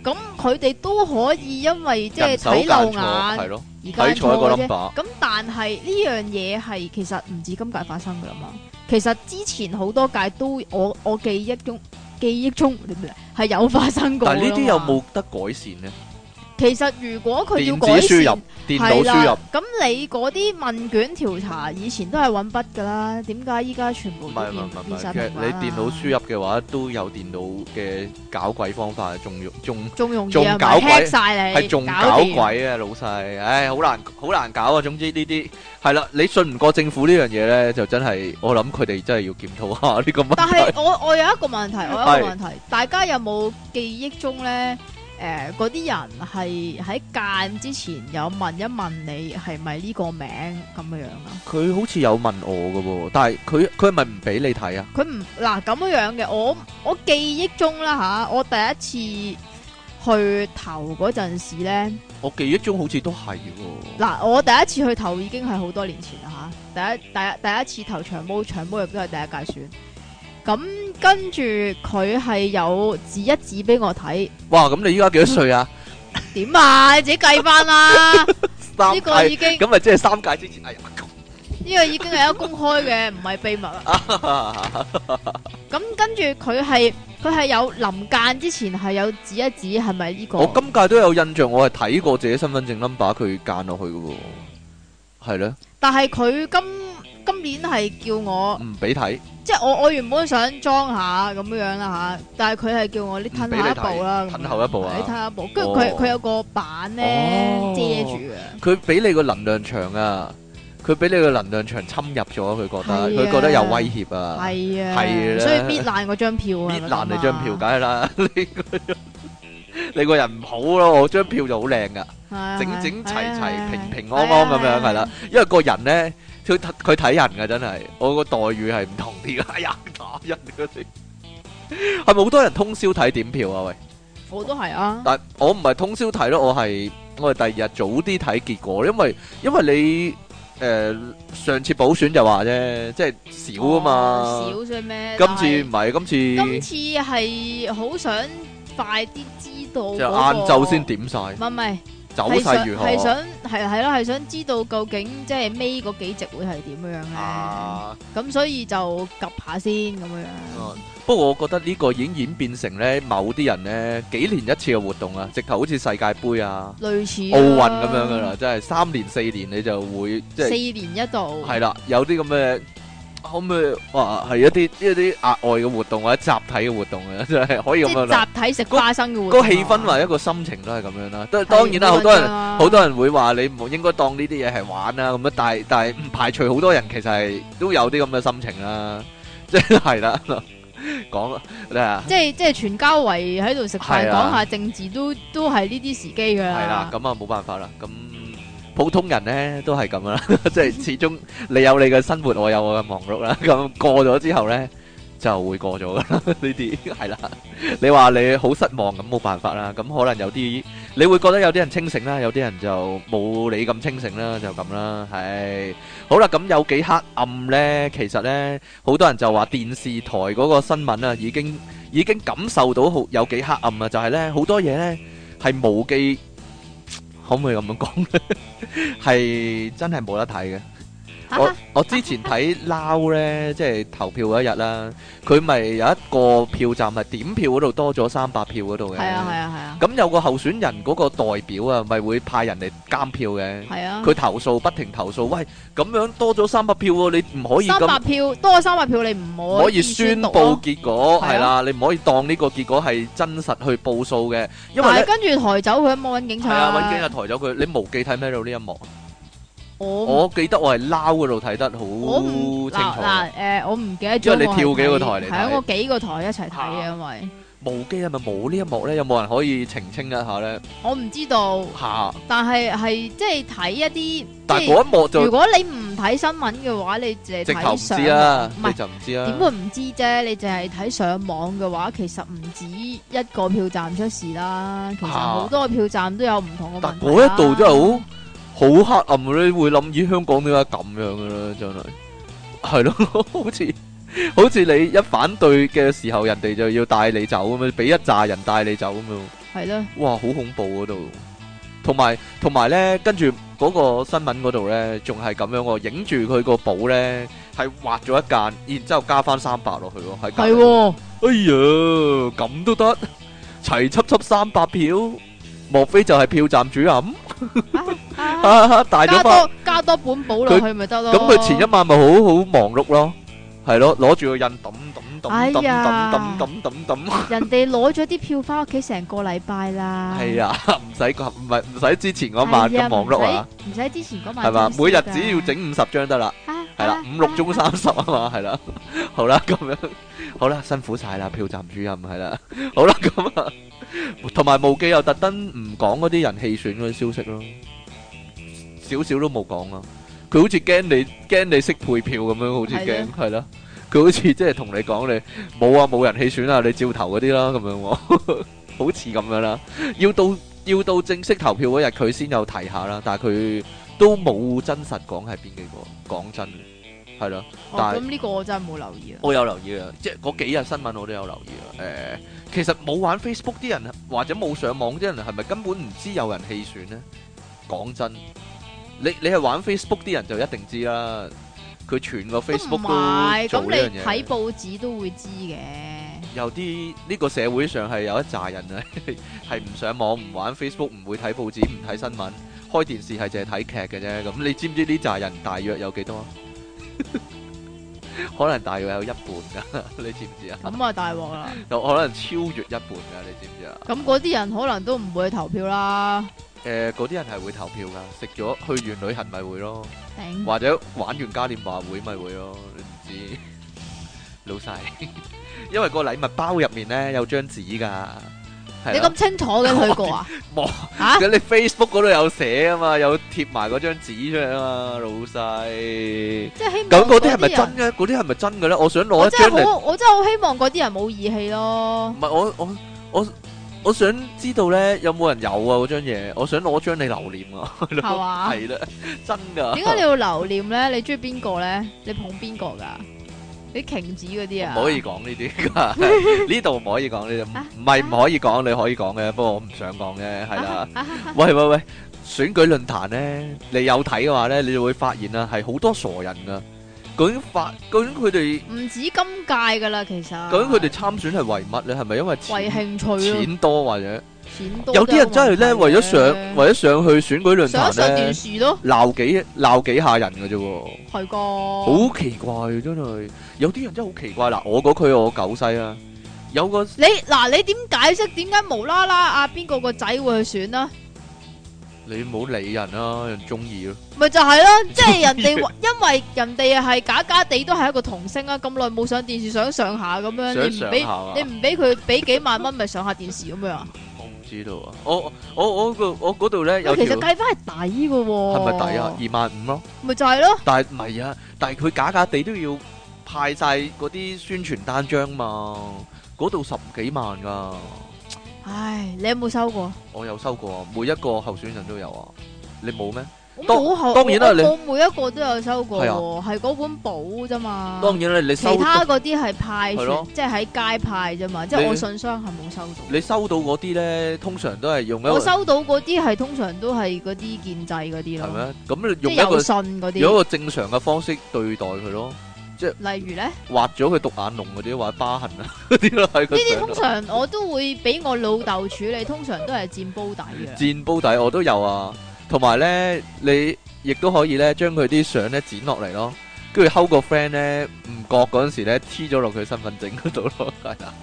咁佢哋都可以因為即係人手睇間漏錯眼係咯，而睇錯間一個錯啫。 number，咁但係呢樣嘢係其實唔止今屆發生噶啦嘛，其實之前好多屆都我我記憶中記憶中係有發生過。但係呢啲有？冇得改善呢？其實如果佢要電子改輸善入。、電腦係輸啦入，，咁你嗰啲問卷調查以前都係揾筆噶啦，點解依家全部唔都係唔係變唔係唔變晒啊係，其實平你電腦輸入嘅話都有電腦嘅搞鬼方法，仲用仲。仲容易仲啊，咪搞鬼 hack 晒你，係仲搞搞掂鬼啊，老細，唉，好難好難搞啊。總之呢啲係啦，你信唔過政府呢樣嘢咧，就真係我諗佢哋真係要檢討下呢個問但題。係我我有一個問題，我有一個問題，大家有冇記憶中咧？诶嗰啲人係喺間之前有問一問你係咪呢個名咁樣样啊？ 佢好似有問我嘅喎，但係佢佢係咪唔俾你睇啊？佢唔嗱咁樣嘅，我我記憶中啦吓，我第一次去投嗰陣時咧，我記憶中好似都係喎。嗱我第一次去投已經係好多年前啦吓，第一第一第一次投長毛，長毛亦都係第一屆選。咁跟住佢係有指一指俾我睇，哇！咁你依家幾多歲啊？點啊？你自己計 翻啦，呢三個屆已經。咁咪即係三屆之前。哎呀，呢個已經係一個公開嘅，唔係秘密啦。 咁跟住佢係佢係有臨間之前係有指一指係咪呢個？我今屆都有印象，我係睇過自己身份證 number 佢間落去嘅喎。係咧，但係佢今今年係叫我，唔俾睇，即係我我原本想裝下咁樣啦吓，但係佢係叫我你褪後一步啦，唔俾你睇咁樣褪後一步啊你褪後一步，跟住佢哦佢有個板咧哦遮住嘅，佢俾你個能量場啊，佢俾你個能量場侵入咗，佢覺得係啊佢覺得有威脅啊，係係啊，啦所以搣爛嗰張票啊，搣係咪咁爛啊你張票，梗係 啦，你個人你個人唔好咯，我張票就好靚噶。係啊整整齊係啊齊、係啊平平安安咁樣係係啦啊。因為個人咧，佢睇佢睇人嘅真係，我個待遇係唔同啲 嘅。哎呀，打人嗰啲係咪好多人通宵睇點票啊？喂，我都係啊。但我唔係通宵睇咯，我係我係第二日早啲睇結果，因為因為你誒、呃上次補選就話啫，即係少啊嘛。哦少啫咩？今次唔係，今但係今次次係好想快啲知道嗰就個，晏晝先點晒，唔係，唔係走係想勢如何係想係係咯，係想知道究竟即係尾嗰幾席會係點樣咧？啊？哦咁所以就及下先咁樣。不過我覺得呢個已經演變成咧某啲人咧幾年一次嘅活動啊，直頭好似世界盃啊、類似奧啦運咁樣噶啦，，真係三年四年你就會即四係年一度係啦，有啲咁嘅可唔可以話係一啲一啲額外嘅活動或者集體嘅活動啊， 真係可以即咁樣係啦。集體食花生嘅活動個啊氣氛或者一個心情都係咁樣啦。都當然啦，係好多人冇啊好多人會話你唔應該當呢啲嘢係玩啦咁樣，啊但係但係唔排除好多人其實係都有啲咁嘅心情啦， 即係係啦， 講啦你啊。即係即係全家圍喺度食飯係啊講下政治都都係呢啲時機㗎系啦，。咁啊冇辦法啦，咁普通人咧都係咁啦， 即係始終你有你嘅生活，我有我嘅忙碌啦， 咁過咗之後咧就會過咗噶啦， 呢啲係啦。你話你好失望咁冇辦法啦，咁可能有啲你會覺得有啲人清醒啦，有啲人就冇你咁清醒啦，就咁啦，係。好啦，咁有幾黑暗咧？其實咧，好多人就話電視台嗰個新聞啊，已經已經感受到好有幾黑暗啊，就係咧好多嘢咧係無記。可唔可以咁樣講 咧？係真係冇得睇嘅。啊我我之前睇 Now 咧，即係投票嗰一日啦，佢咪有一個票站係點票嗰度多咗三百票嗰度嘅。係啊係啊係啊咁有個候選人嗰個代表啊，咪會派人嚟監票嘅。係啊。佢投訴，不停投訴，喂，咁樣多咗三百票喎，你唔可以三百咁，票多三百票，你唔唔可以宣宣佈結係果，啊係啦，你唔可以當呢個結果係真實去報數嘅，因為但係咧跟住抬走佢，冇揾警係察。啊，揾警啊抬咗佢，你無記睇咩到呢一幕啊？我唔我記得我係撈嗰度睇得好我唔清嗱楚。嗱誒，我唔記得咗。因為你跳幾個台嚟睇啊係啊，我幾個台一齊睇嘅，嚇因為無機係咪冇呢一幕咧？有冇人可以澄清一下咧？我唔知道，嚇！但係係即係睇一啲但係即係嗰一幕如就果你唔睇新聞嘅話，你淨係直頭睇唔上知啊啦，唔你係就唔知啦。點會唔知啫？你淨係睇上網嘅話，其實唔止一個票站出事啦，其實嚇好多個票站都有唔同嘅問題啦。啊但嗰一度真係好好黑暗嘅咧，會諗咦香港點解咁樣嘅咧？真係係咯， 好似好似你一反對嘅時候，人哋就要帶你走咁樣，俾一紮人帶你走咁樣。係咯，哇，好恐怖嗰度。同埋同埋咧，跟住嗰個新聞嗰度咧，仲係咁樣喎，影住佢個簿咧，係畫咗一間，然之後加翻三百落去喎，喺隔係離。喎。哎呀，咁都得，齊輯輯三百票，莫非就係票站主任？啊 哈哈大咗翻，加多加多本簿落去咪得咯。咁佢前一晚咪好好忙碌咯，係咯，攞住個印抌抌哎抌抌呀抌抌抌抌。人哋攞咗啲票翻屋企成個禮拜啦。係啊，唔使咁唔係唔使之前係啊，嗰晚咁忙碌啊，唔使，唔使之前嗰晚係嘛？通宵每日㗎只要整五十張得啦，啊系啦，五六中三十啊嘛，系啦，好啦，咁樣，好啦，辛苦晒啦，票站主任係啦，好啦，咁啊，同埋無記又特登唔講嗰啲人棄選嗰啲消息咯，少少都冇講啊，佢好似驚你驚你識配票咁樣，好似係驚呢係啦，佢好似即係同你講你冇啊冇人棄選啊，你照投嗰啲啦咁樣喎， 好似咁樣啦，要到要到正式投票嗰日佢先有提下啦，但係佢都冇真實講係邊幾個，講真係咯。哦，但係咁呢個我真係冇留意啦。我有留意啊，即係嗰幾日新聞我都有留意啊。誒、其實冇玩 Facebook 啲人或者冇上網啲人係咪根本唔知有人棄選呢？講真，你你係玩 Facebook 啲人就一定知啦。佢全個都唔 Facebook 係，都做咁呢 樣你嘢。睇報紙都會知嘅。有啲呢、個社會上係有一扎人啊，係唔上網、唔玩 Facebook、唔會睇報紙、唔睇新聞，開電視係淨係睇劇嘅啫。咁你知唔知呢扎人大約有幾多啊？ 可能大約有一半㗎， 你知唔知啊？咁啊大鑊啦！有可能超越一半噶，你知唔知啊？咁嗰啲人可能都唔會去投票啦。誒、嗰啲人係會投票噶，食咗去完旅行咪會咯，頂或者玩完嘉年華會咪會咯，你唔知 老細， 因為個禮物包入面咧有張紙噶，你係啦咁，清楚嘅去過啊？ 冇嚇！ 咁你 Facebook 嗰度有寫啊嘛，有貼埋嗰張紙出嚟啊嘛，老細。即係希望咁嗰啲係咪人真？嘅？嗰啲係咪真嘅咧？我想攞我一真張係嚟，好，我真係好希望嗰啲人冇義氣 咯。唔係我我我我想知道咧有冇人有啊嗰張嘢？我想攞張你留念啊！ 係嘛？系啦，真 噶。點解你要留念咧？你中意邊個咧？你捧邊個㗎？你瓊子嗰啲啊？唔可以講呢啲 㗎，呢度唔可以講呢啊啲，唔係唔可以講，你可以講嘅，不過我唔想講嘅，係啊啦。喂喂喂，選舉論壇呢，你有睇嘅話呢，你就會發現啊，係好多傻人噶。究竟發，究竟佢哋， 唔止今屆㗎啦，其實。究竟佢哋參選係為乜呢？係咪因為啊錢為興趣咯，錢多或者錢多有啲人真係呢，都為有咗問題嘅上，為咗上去選舉論上一壇上呢段，樹咯，鬧幾鬧幾下人嘅啫喎。係個好奇怪嘅真係，有啲人真係好奇怪啦。我嗰區我九西啊，有個你嗱，你點解釋點解無啦啦啊邊個個仔會去選啦？你唔好理人啦，人中意啊咯。咪就係 咯，即係人哋話因為人哋係假假地都係一個童星啊，咁耐冇上電視，想上下咁樣，想你唔上俾下啊你唔俾佢俾幾萬蚊，咪上下電視咁樣啊？我唔知道啊，我我我嗰個我嗰度咧有喂其實條計翻係抵嘅喎，係咪抵啊？？二萬五咯，咪就係咯，但係唔係啊？但係佢假假地都要派晒嗰啲宣傳單張嘛，嗰度十幾萬㗎，唉，你有冇收過？我有收過啊，每一個候選人都有啊，你冇咩？我當冇後，當然啦我你我每一個都有收過係啊喎，係嗰本簿啫嘛。當然啦，你啊其收他到嗰啲係派係傳咯，即係喺街派啫嘛，即係你我信箱係冇收到。你收到嗰啲咧，通常都係用一個我收到嗰啲係通常都係嗰啲建制嗰啲係咯，咩？咁你即用係一個有信嗰用一啲。個正常嘅方式對待佢咯。例如咧，呢畫咗佢獨眼龍嗰啲，或者疤痕啊 嗰啲咯，喺佢啲上通度常我都會俾我老豆處理，通常都係啊佔煲底嘅。箭煲底我都有啊，同埋咧你亦都可以咧將佢啲相咧剪落嚟咯，跟住睺個 friend 咧唔覺嗰陣時咧黐咗落佢身份證嗰度咯， 係啊，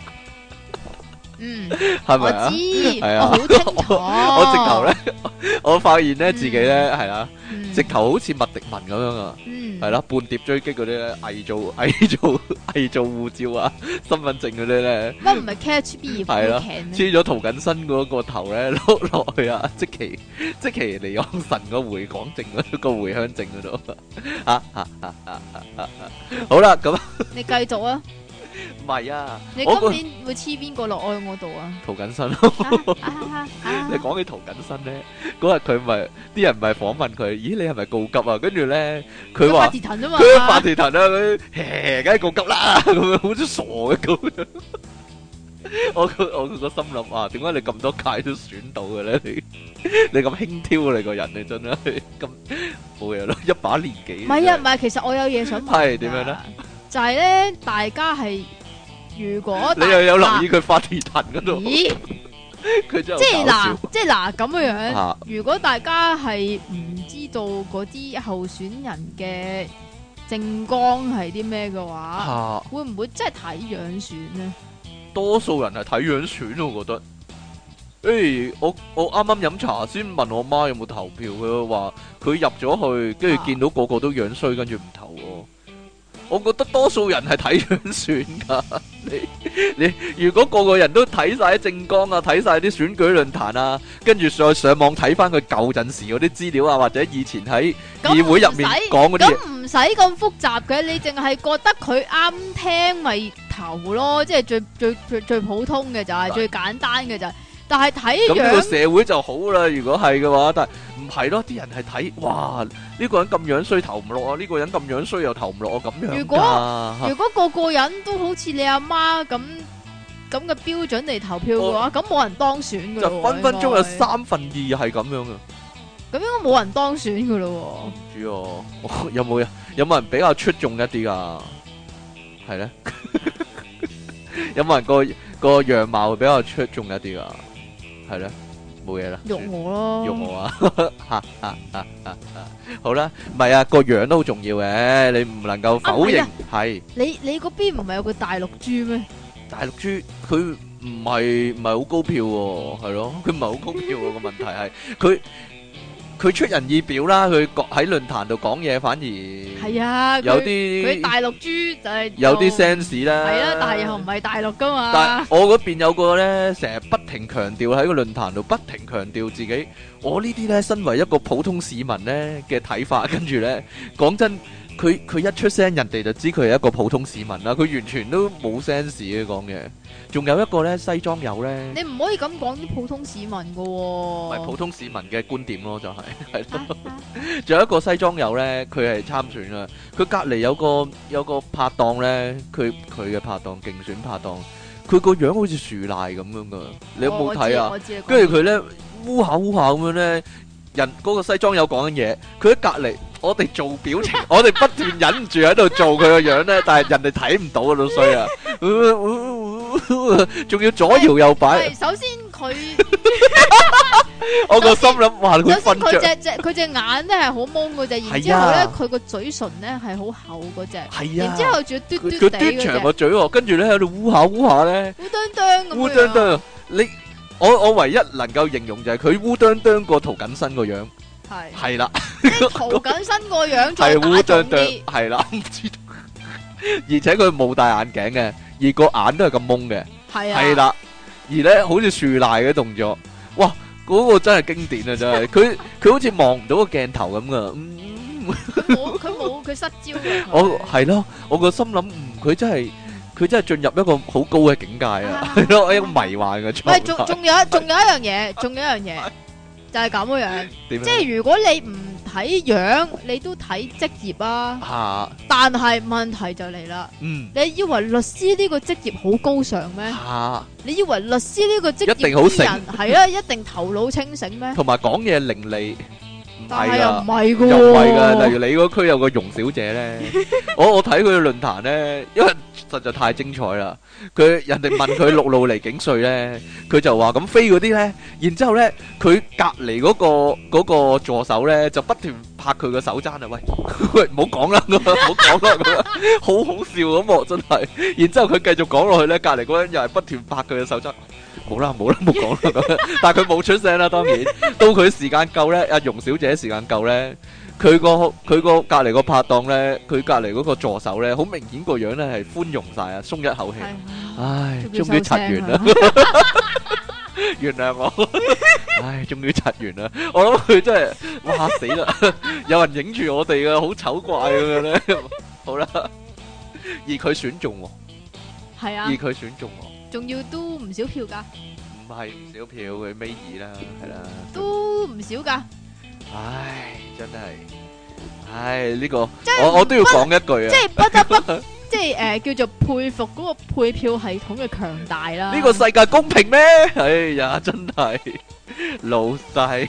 嗯，係我咪啊？知， 係我啊我好清楚。我直頭，咧，我發現咧自己咧係啦，嗯直，頭好似麥迪文咁樣啊，嗯，係啦，半碟追擊嗰啲咧，偽造偽造偽造護照啊、身份證嗰啲咧。乜唔係 catch me 係啦 if you can 咩黐咗涂緊身嗰個頭咧，碌落去啊！即其即其尼昂神個回港證嗰個回鄉證嗰度 啊啊啊啊啊啊！好啦，咁你繼續啊，唔係啊，你我個今年會黐邊個落愛我度啊？涂緊身，啊啊啊啊你講起涂緊身咧，嗰日佢咪啲人咪訪問佢，咦你係咪告急啊？跟住咧佢發話。地騰啫嘛，佢發地騰啊，佢嘿梗係告急啦，咁樣好似傻嘅咁樣。我個我個心諗啊，點解你咁多屆都選到嘅咧？你你咁輕佻啊你個人，你真係咁冇嘢咯，一把年紀。唔係啊，唔係，其實我有嘢想問㗎。係點樣咧就係咧，大家係如果你大又有留意嗱佢發地騰嗰度，咦？佢真即係好係搞嗱笑，啊即係嗱咁樣樣。嚇如果大家係唔知道嗰啲候選人嘅政綱係啲咩嘅話，嚇，會唔會真係睇樣選呢？多數人係睇樣選咯，我覺得。誒、我我啱啱飲茶先問我媽有冇投票，佢話佢入咗去，跟住啊見到個個都樣衰，跟住唔投我。我覺得多數人係睇樣選㗎。 你你如果個個人都睇晒政綱啊，睇晒啲選舉論壇啊，跟住再上網睇翻佢舊陣時嗰啲資料啊，或者以前喺咁議會入面唔使講嗰啲嘢，咁唔使咁複雜嘅，你淨係覺得佢啱聽咪投咯，即係最最最最普通嘅就係嗱最簡單嘅就係，但係睇咁呢個樣社會就好啦。如果係嘅話，但係唔係咯？啲人係睇哇，呢、個人咁樣衰投唔落啊，呢、個人咁樣衰又投唔落啊，咁樣如果㗎啊如果個個人都好似你阿媽咁咁嘅標準嚟投票嘅話，咁冇人當選嘅就分分鐘有應三分二係咁樣嘅。該，咁應該冇人當選嘅咯唔 知哦，有冇人有冇人比較出眾一啲噶？係咧， 有冇人個個樣貌比較出眾一啲噶？係咧，冇嘢啦，喎，喐我咯，用 我啊！哈哈哈哈好啦，唔係啊，個樣都好重要嘅，你唔能夠否認啊係你你嗰邊唔係有個大陸豬咩？大陸豬，佢唔係唔係好高票喎，係咯，佢唔係好高票喎，個問題係佢佢出人意表啦，佢講喺論壇度講嘢反而係啊，有佢佢啲大陸豬就係有啲做 sense 啦。係啦，但係又唔係大陸噶但嘛。我嗰邊有個咧，成日不停強調喺個論壇度不停強調自己，我呢啲咧身為一個普通市民咧嘅睇法，跟住咧講真，佢佢一出聲，人哋就知佢係一個普通市民啦，佢完全都冇 sense 嘅講嘢。仲有一個咧西裝友咧，你唔可以咁講啲普通市民噶唔喎。係普通市民嘅觀點咯，就係、 係咯。啊啊仲有一個西裝友咧，佢係參選啦。佢隔離有個有個拍檔咧，佢佢嘅拍檔競選拍檔，佢個樣好似樹懶咁樣噶。你有我冇我睇知啊？我知跟住佢咧烏下烏下咁樣咧，人嗰、個西裝友講緊嘢，佢喺隔離，我哋做表情， 我哋不斷忍唔住喺度做佢個樣咧，但係人哋睇唔到啊， 老衰啊！仲要左搖右擺，係首先佢我個心諗哇， 佢首先瞓佢着，隻隻佢隻眼咧係好蒙嗰只，然之係後咧啊佢個嘴唇咧係好厚嗰只，係然之啊，後仲要嘟佢嘟佢地嘟長嗰個嘴喎，跟住咧喺度烏下烏下咧。只，烏啄啄咁烏樣啄。啊啄，你我我唯一能夠形容就係佢烏啄啄過涂謹申個樣，係係啦，即係陶緊身個樣係再烏打啄重啄，啲，係啦， 唔知道，而且佢冇戴眼鏡嘅，而個眼都係咁蒙嘅，係啊，係，啦，而咧好似樹賴嘅動作，哇，嗰個真係經典啊，真係，佢佢好似望唔到個鏡頭咁噶，嗯。佢冇佢冇佢失焦嘅佢我係咯，我個心諗，嗯，佢真係佢真係進入一個好高嘅境界啊，係咯，一個迷幻嘅喂，仲狀態。仲有一仲有一樣嘢，仲有一樣嘢就係咁樣。 點樣即係如果你唔睇樣，你都睇職業啊。啊，但係問題就嚟啦，嗯，你以為律師呢個職業好高尚咩？啊，你以為律師呢個職一業定好啲人係 啊，一定頭腦清醒咩？同埋講嘢伶俐，唔但係係又噶唔，係噶，又唔係噶。例如你嗰區有個容小姐咧， 我我睇佢嘅論壇咧，因為實在太精彩啦。佢人哋問佢陸路離境税嗯咧，佢就話咁飛嗰啲咧，然之後咧佢隔離嗰個嗰個助手咧就不斷拍佢個手踭啊，喂 喂唔好講啦，咁啊唔好講啦，咁啊 好好笑咁喎，真係。然之後佢繼續講落去咧，隔離嗰個人又係不斷拍佢嘅手踭。冇啦冇啦冇講啦咁樣，但係佢冇出聲啦，當然到佢時間夠咧，阿容小姐時間夠咧，佢個佢個隔離個拍檔咧，佢隔離嗰個助手咧，好明顯個樣咧係寬容晒啊，鬆一口氣。係啊唉，終於終於收拆聲啊完啦啦，原諒 我。唉，終於拆完啦，我諗佢真係，哇死啦！ 有人影住我哋噶，好醜怪咁樣咧。好啦，而佢選中我，係而 啊，佢選中我，仲要都唔少票噶，唔係唔少票，佢尾二啦，係啦。都唔少噶，唉，真係，唉呢個真係我我都要講一句啊即。係不得 不即係诶叫做佩服嗰個配票系統嘅強大啦。呢個世界公平咩？哎呀，真係老細，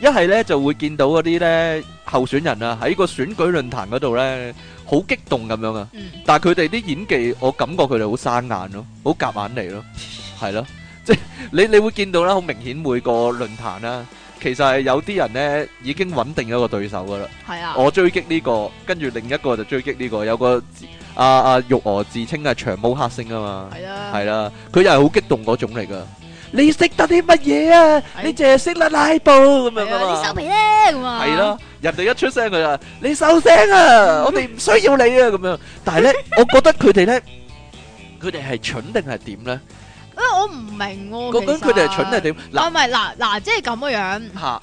一係呢就會見到嗰啲呢候選人啊，喺個選舉論壇嗰度呢，好激動咁樣啊！嗯但係佢哋啲演技，我感覺佢哋好生硬咯，好夾硬嚟咯，係咯， 即係你你會見到啦，好明顯每個論壇啦，其實係有啲人呢已經穩定咗個對手噶啦。係啊，我追擊呢、個，跟住另一個就追擊呢、個，有個自啊啊玉娥自稱係長毛黑星啊嘛。係啊，系啦，佢又係好激動嗰種嚟噶。你識得啲乜嘢啊？係你淨係識得拉布咁樣係噶啊，你嘛收？皮咧咁啊，係啦，人哋一出聲佢就話你收聲 啊！我哋唔需要你啊咁樣。但係咧，我覺得佢哋咧，佢哋係蠢定係點咧？因為我唔明喎。究竟佢哋係蠢定係定？點？嗱啊唔係嗱嗱，即係咁嘅樣。呢嚇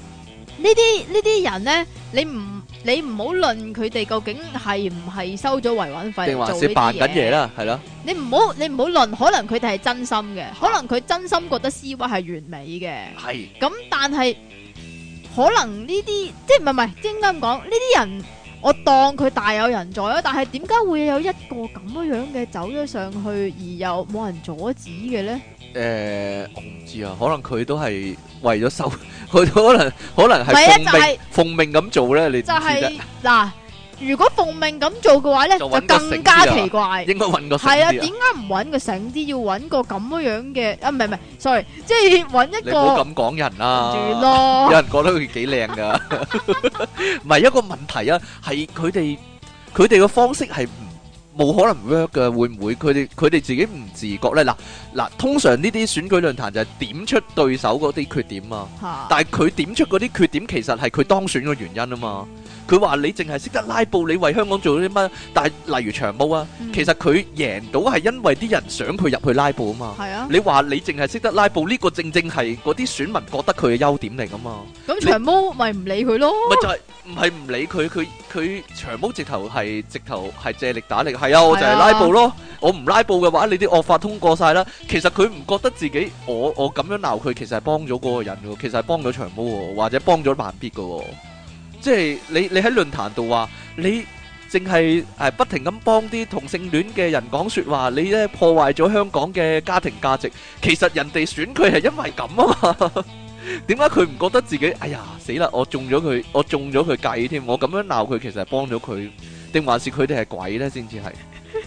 啲呢啲人咧，你唔你唔好論佢哋究竟係唔係收咗維穩費定嚟還做是呢扮緊啲嘢嘢。啦？係啦，你唔好你唔好論，可能佢哋係真心嘅，可能佢真心覺得 C 位係完美嘅。係咁但係可能呢啲即係唔係唔係，即係應該咁講呢啲人，我當佢大有人在啊。但係點解會有一個咁樣樣嘅走咗上去，而又冇人阻止嘅咧？誒，我唔知啊，可能佢都係為咗收， 佢可能可能唔係係啊就係奉命奉命咁做咧，你唔知就係、啫。嗱，如果奉命咁做嘅話咧，就就搵個更加醒啲啊奇怪。應該揾個係啊，醒啲點啊！解唔揾個醒啲，要揾個咁樣樣嘅？啊，唔係唔係，sorry，即係揾一你唔好個咁講人啊啦。住咯。有人覺得佢幾靚㗎。 唔係，一個問題啊，係佢哋-佢哋嘅方式係唔-冇可能work㗎，會唔會佢哋-佢哋自己唔自覺呢？嗱，嗱，通常呢啲選舉論壇就係點出對手嗰啲缺點啊，但係佢點出嗰啲缺點其實係佢當選嘅原因啊嘛。佢話你淨係識得拉布，嚇你為香港做咗啲乜？但係例如長毛啊，嗯其實佢贏到係因為啲人想佢入去拉布啊嘛。係啊，你話你淨係識得拉布，呢個正正係嗰啲選民覺得佢嘅優點嚟㗎嘛。咁長毛咪唔理佢咯。咪就係唔係唔理佢，佢佢長毛直頭係直頭係借力打力，係啊，我就係拉布咯。我唔拉布嘅話，你啲惡法通過晒啦。其實佢唔覺得自己，我我咁樣鬧佢，其實係幫咗嗰個人喎，其實係幫咗長毛喎，或者幫咗萬必嘅喎。即係你你喺論壇度話你。淨係誒不停咁幫啲同性戀嘅人講説話，你咧破壞咗香港嘅家庭價值。其實人哋選佢係因為咁啊嘛，點解佢唔覺得自己哎呀死啦？我中咗佢，我中咗佢計添，我咁樣鬧佢其實係幫咗佢，定還是佢哋係鬼呢？先至係？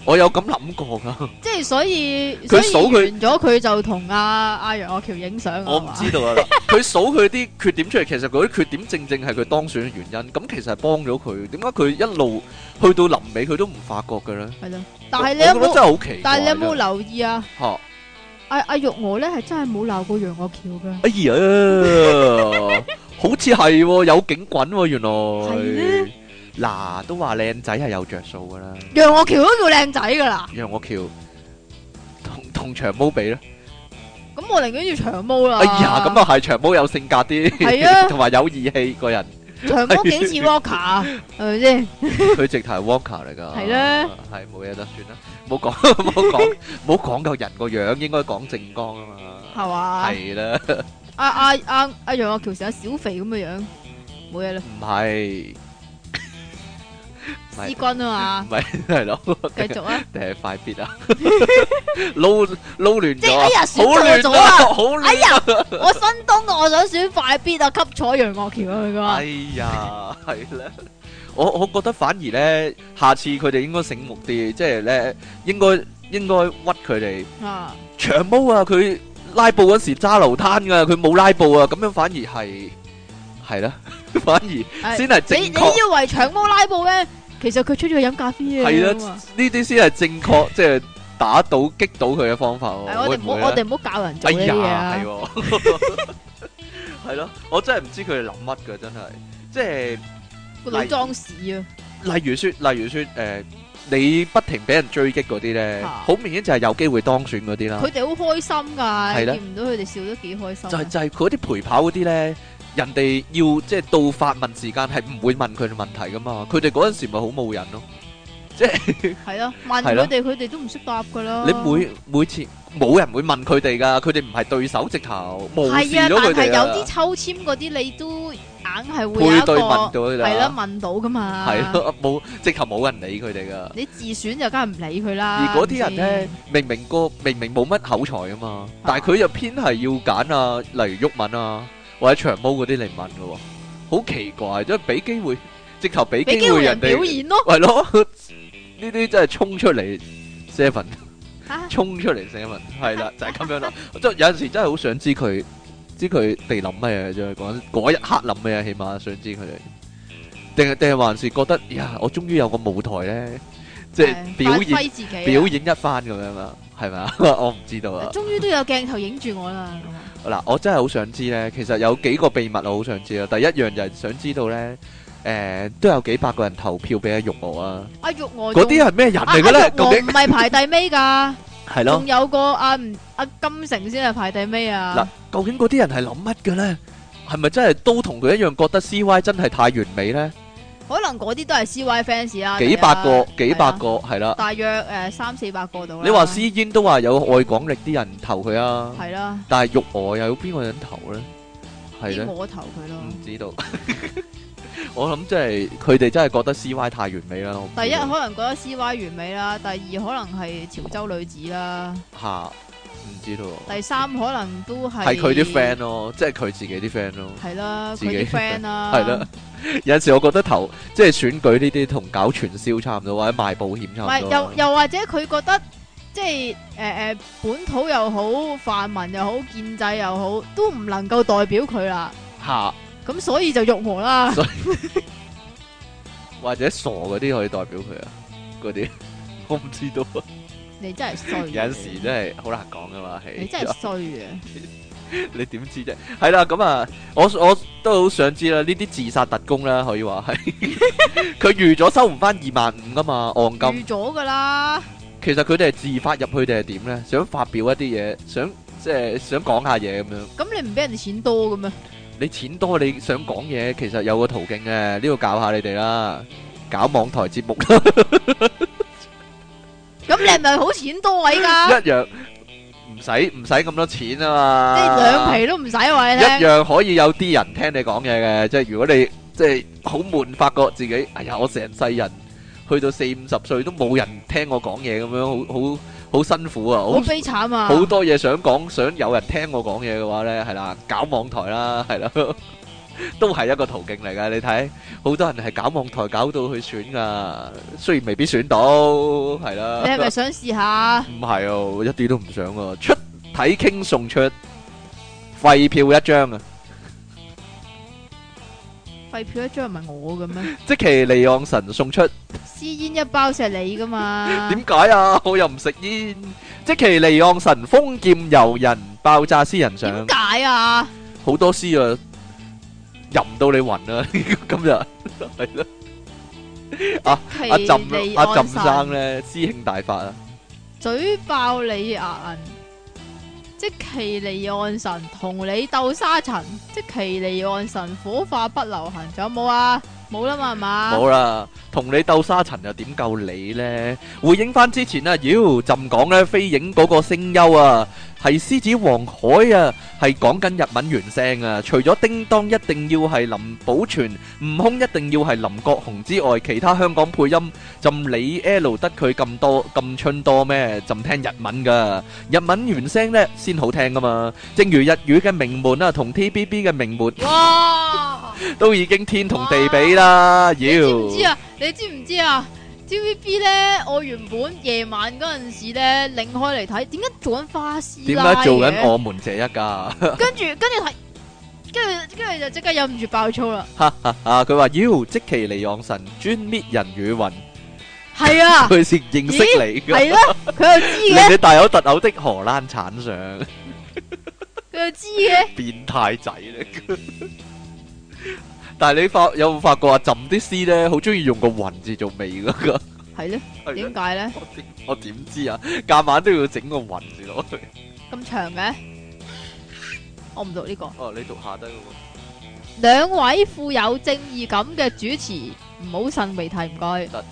我有咁諗過 噶，即係所以，佢所以數佢完咗佢就同阿阿楊岳橋影相啊我唔嘛知道啊。 佢數佢啲缺點出嚟，其實嗰啲缺點正正係佢當選嘅原因，咁其實係幫咗佢。點解佢一路去到臨尾佢都唔發覺嘅呢？係咯。但係你我我覺有得冇？真係好奇怪。但係你有冇真係留意啊？嚇？阿阿玉娥咧係真係冇鬧過楊岳橋噶。哎呀，好似係喎，有警棍喎，原係來。嗱，都話靚仔係有着數噶啦，楊岳橋都叫靚仔噶啦，讓我橋同同長毛比啦。咁我寧願要長毛啦。哎呀，咁啊係長毛有性格係啊啲， 同埋有義氣個人，長毛幾似 Walker 啊係咪先？佢直頭係 Walker 嚟㗎。係咧，係冇嘢得，算啦，冇講 冇講冇講究人個樣，應該講正光啊嘛。係嘛？係啦，阿阿阿阿楊岳橋成日小肥咁嘅樣，冇嘢啦，唔係唔係思君啊嘛，係咯，繼續啊！定 係快 必啊？撈撈亂即係咗哎啊，呀好選錯亂咗啊，啦好亂哎呀，我新東我想選快必啊，吸彩楊岳橋啊佢啊！話哎呀，係啦，我我覺得反而咧，下次佢哋應該醒目啲，即係咧應該應該屈佢哋啊，長毛啊，佢拉布嗰時揸流攤噶，佢冇拉布啊，咁樣反而係係啦， 反而係先係正你你確。以為長毛拉布咧，其實佢出咗去飲咖啡啊。係啦咁啊呢啲先係正確，即係打到擊倒佢嘅方法喎。係我會哋唔唔好會咧我哋唔好教人做哎呢啲嘢呀，係啊。喎， 係咯，我真係唔知佢哋諗乜嘅，真係，即係個腦裝屎啊！例如説，例如説，誒、你不停俾人追擊嗰啲咧，嚇好、明顯就係有機會當選嗰啲啦啊佢，哋好開心㗎，係你啦見唔到佢哋笑得幾開心啊。就係就係嗰啲陪跑嗰啲咧，人哋要即係到發問時間係唔會問佢哋問題噶嘛，佢哋嗰陣時咪好冇癮咯，係咯，問係咯佢哋佢哋都唔識答㗎啦。你每每次冇人會問佢哋噶，佢哋唔係對手直頭，無視係啊咗，佢但係哋有啊啲抽籤嗰啲，你都硬係會有一配對個問到佢哋啊，係啦問到㗎嘛。係，咯，冇直頭冇人理佢哋噶。你自選就梗係唔理佢啦。而嗰啲人係咪咧先，，明明個明明冇乜口才啊嘛，但係佢又偏係要揀啊，例如鬱敏啊或者長毛嗰啲嚟問嘅喎，好奇怪，即係俾機會，直頭俾俾機機會會人人表哋，演咯。係咯，呢啲真係衝出嚟 seven，嚇衝出嚟 seven，係啦，就係咁樣啦。即係有陣時真係好想知佢知佢哋諗咩嘢啫，嗰嗰一刻諗咩嘢，起碼想知佢哋，定係定係還是覺得呀，我終於有個舞台咧，即係係表演發。揮自己 啊。表演一番咁樣啊， 係咪啊？我唔知道 啊。終於都有鏡頭影住我啦。咁啊嗱，我真係好想知咧，其實有幾個秘密我好想知啊。第一樣就係想知道咧，诶都有幾百個人投票俾阿玉娥啊，阿玉娥嗰啲哎仲係咩人嚟嘅啊咧？阿玉究娥竟唔係排第尾㗎， 係咯仲？有個阿吳阿金城先係排第尾嗱啊。，究竟嗰啲人係諗乜嘅咧？係咪真係都同佢一樣覺得 C Y 真係太完美咧？可能嗰啲都係 C Y fans 啊，幾百個係啊，幾百，個係啦。大約诶三四百個度啦。你話私煙都話有愛港力啲人投佢啊，係啦，但係玉娥又有邊個人投咧？係咧啲？我投佢咯唔。知道。 我諗真係佢哋真係覺得 C Y 太完美啦。我唔知道第一可能覺得 C Y 完美啦，第二可能係潮州女子啦，吓，唔知道。第三可能都係係佢啲 friend 咯，即係佢自己啲 friend 咯。係啦，自己佢啲 friend 啦， 係啦，有陣時我覺得投即係選舉呢啲同搞傳銷差唔多，或者賣保險唔差係唔多。又又或者佢覺得即係誒誒本土又好，泛民又好，建制又好，都唔能夠代表佢啦。吓，咁所以就玉和啦， 或者傻嗰啲可以代表佢啊，嗰啲我唔知道。你真係衰。有陣時真係好難講噶嘛，你係真係衰啊嘅，你點知啫？係啦，咁啊，我我都好想知啦，呢啲自殺特工啦，可以話 係佢預咗收唔翻二萬五噶嘛，按金。預咗㗎啦。其實佢哋係自發入去定係點咧？想發表一啲嘢，想即係想講下嘢咁樣。咁你唔俾人哋錢多嘅咩？你錢多，你想講嘢，其實有個途徑嘅，呢度教下你哋啦，搞網台節目咁你係咪好錢多啊位㗎？一樣，唔使唔使咁多錢啊即嘛。係兩皮都唔使話你一聽。樣可以有啲人聽你講嘢嘅，即係如果你即係好悶，發覺自己哎呀，我成世人去到四五十歲都冇人聽我講嘢咁樣，好好好辛苦啊！好好悲慘啊！好多嘢想講，想有人聽我講嘢嘅話呢，係啦，搞網台啦， 係啦，都係一個途徑嚟噶。你睇好多人係搞網台搞到去選噶，雖然未必選到，係啦。你係咪想試下？唔係啊，我一啲都唔想啊！出體傾送出廢票一張啊！廢票一張唔係我嘅咩？即其利昂神送出，私煙一包就係你㗎嘛？點解啊？ 我又唔食煙。即其利昂神封劍遊人爆炸詩人點上，解啊？好多詩啊，吟到你暈啊！ 今日係咯，奇阿浸啊利阿安浸生咧，師兄大發啊，嘴爆你牙銀，即奇利岸神同你鬥沙塵，即奇利岸神火化不留痕，仲有冇啊？冇啦嘛，係嘛？冇啦，同你鬥沙塵又點夠你咧？回應翻之前啊，妖朕講咧飛影嗰個聲優啊，係獅子王海啊，係講緊日文原聲啊。除咗叮當一定要係林保全，悟空一定要係林國雄之外，其他香港配音朕你 L 得佢咁多咁春多咩？朕聽日文噶，日文原聲咧先好聽噶嘛。正如日語嘅名門啊，同 TBB 嘅名門哇！都已經天同地比啦，你妖知！唔知啊？你知唔知啊？TVB 咧，我原本夜晚嗰陣時咧，擰開嚟睇，點解做緊花師點奶解做嘅緊我們這一 家？跟住跟住睇，跟住跟住就即刻忍唔住爆粗啦！啊，佢話妖，即其尼昂神專搣人與雲，係啊，佢先認識你㗎，係啦，佢又知令嘅，你大有特有的荷蘭產相，佢又知嘅，變態仔咧。 但係你發有冇發覺啊？朕啲詩咧，好中意用個雲字做尾嗰 個。係咧，係點啊解咧？我點我點知啊？夾硬都要整個雲字落去。咁長嘅？我唔讀呢、個。哦，你讀下低嗰兩位富有正義感嘅主持，唔好擤鼻涕，唔該得。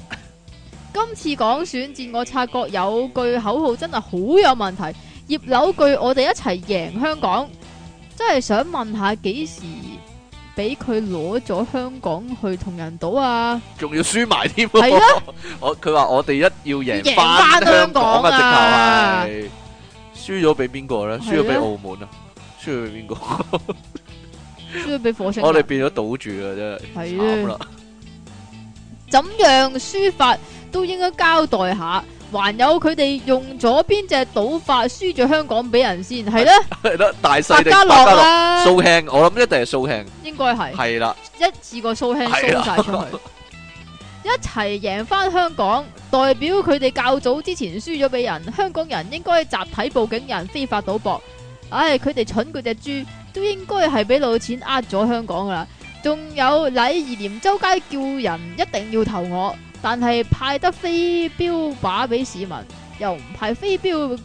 今次講選戰，我察覺有句口號真係好有問題。葉柳句我哋一齊贏香港，真係想問下幾時俾佢攞咗香港去同人島啊？個，仲要輸埋添。係啊！我佢話我哋一要贏贏翻返香港香港啊，啊直頭係輸咗俾邊個咧？係啊輸咗俾澳門啊？輸咗俾邊個？輸俾火星 人。我哋變咗賭注啊，真係係啊慘啦！ 怎樣輸法都應該交代下。還有佢哋用咗邊只賭法輸咗香港俾人先，係呢？ 係啦，大細百定家百樂啦，掃輕，我諗一定係掃輕，應該係。係啦，一次過蘇輕係啊蘇晒出去，一齊贏翻香港，代表佢哋較早之前輸咗俾人，香港人應該集體報警有人非法賭博。唉，佢哋蠢佢只豬，都應該係俾老錢呃咗香港噶啦。仲有禮儀廉周街叫人一定要投我，但係派得飛鏢靶俾市民，又唔派飛鏢，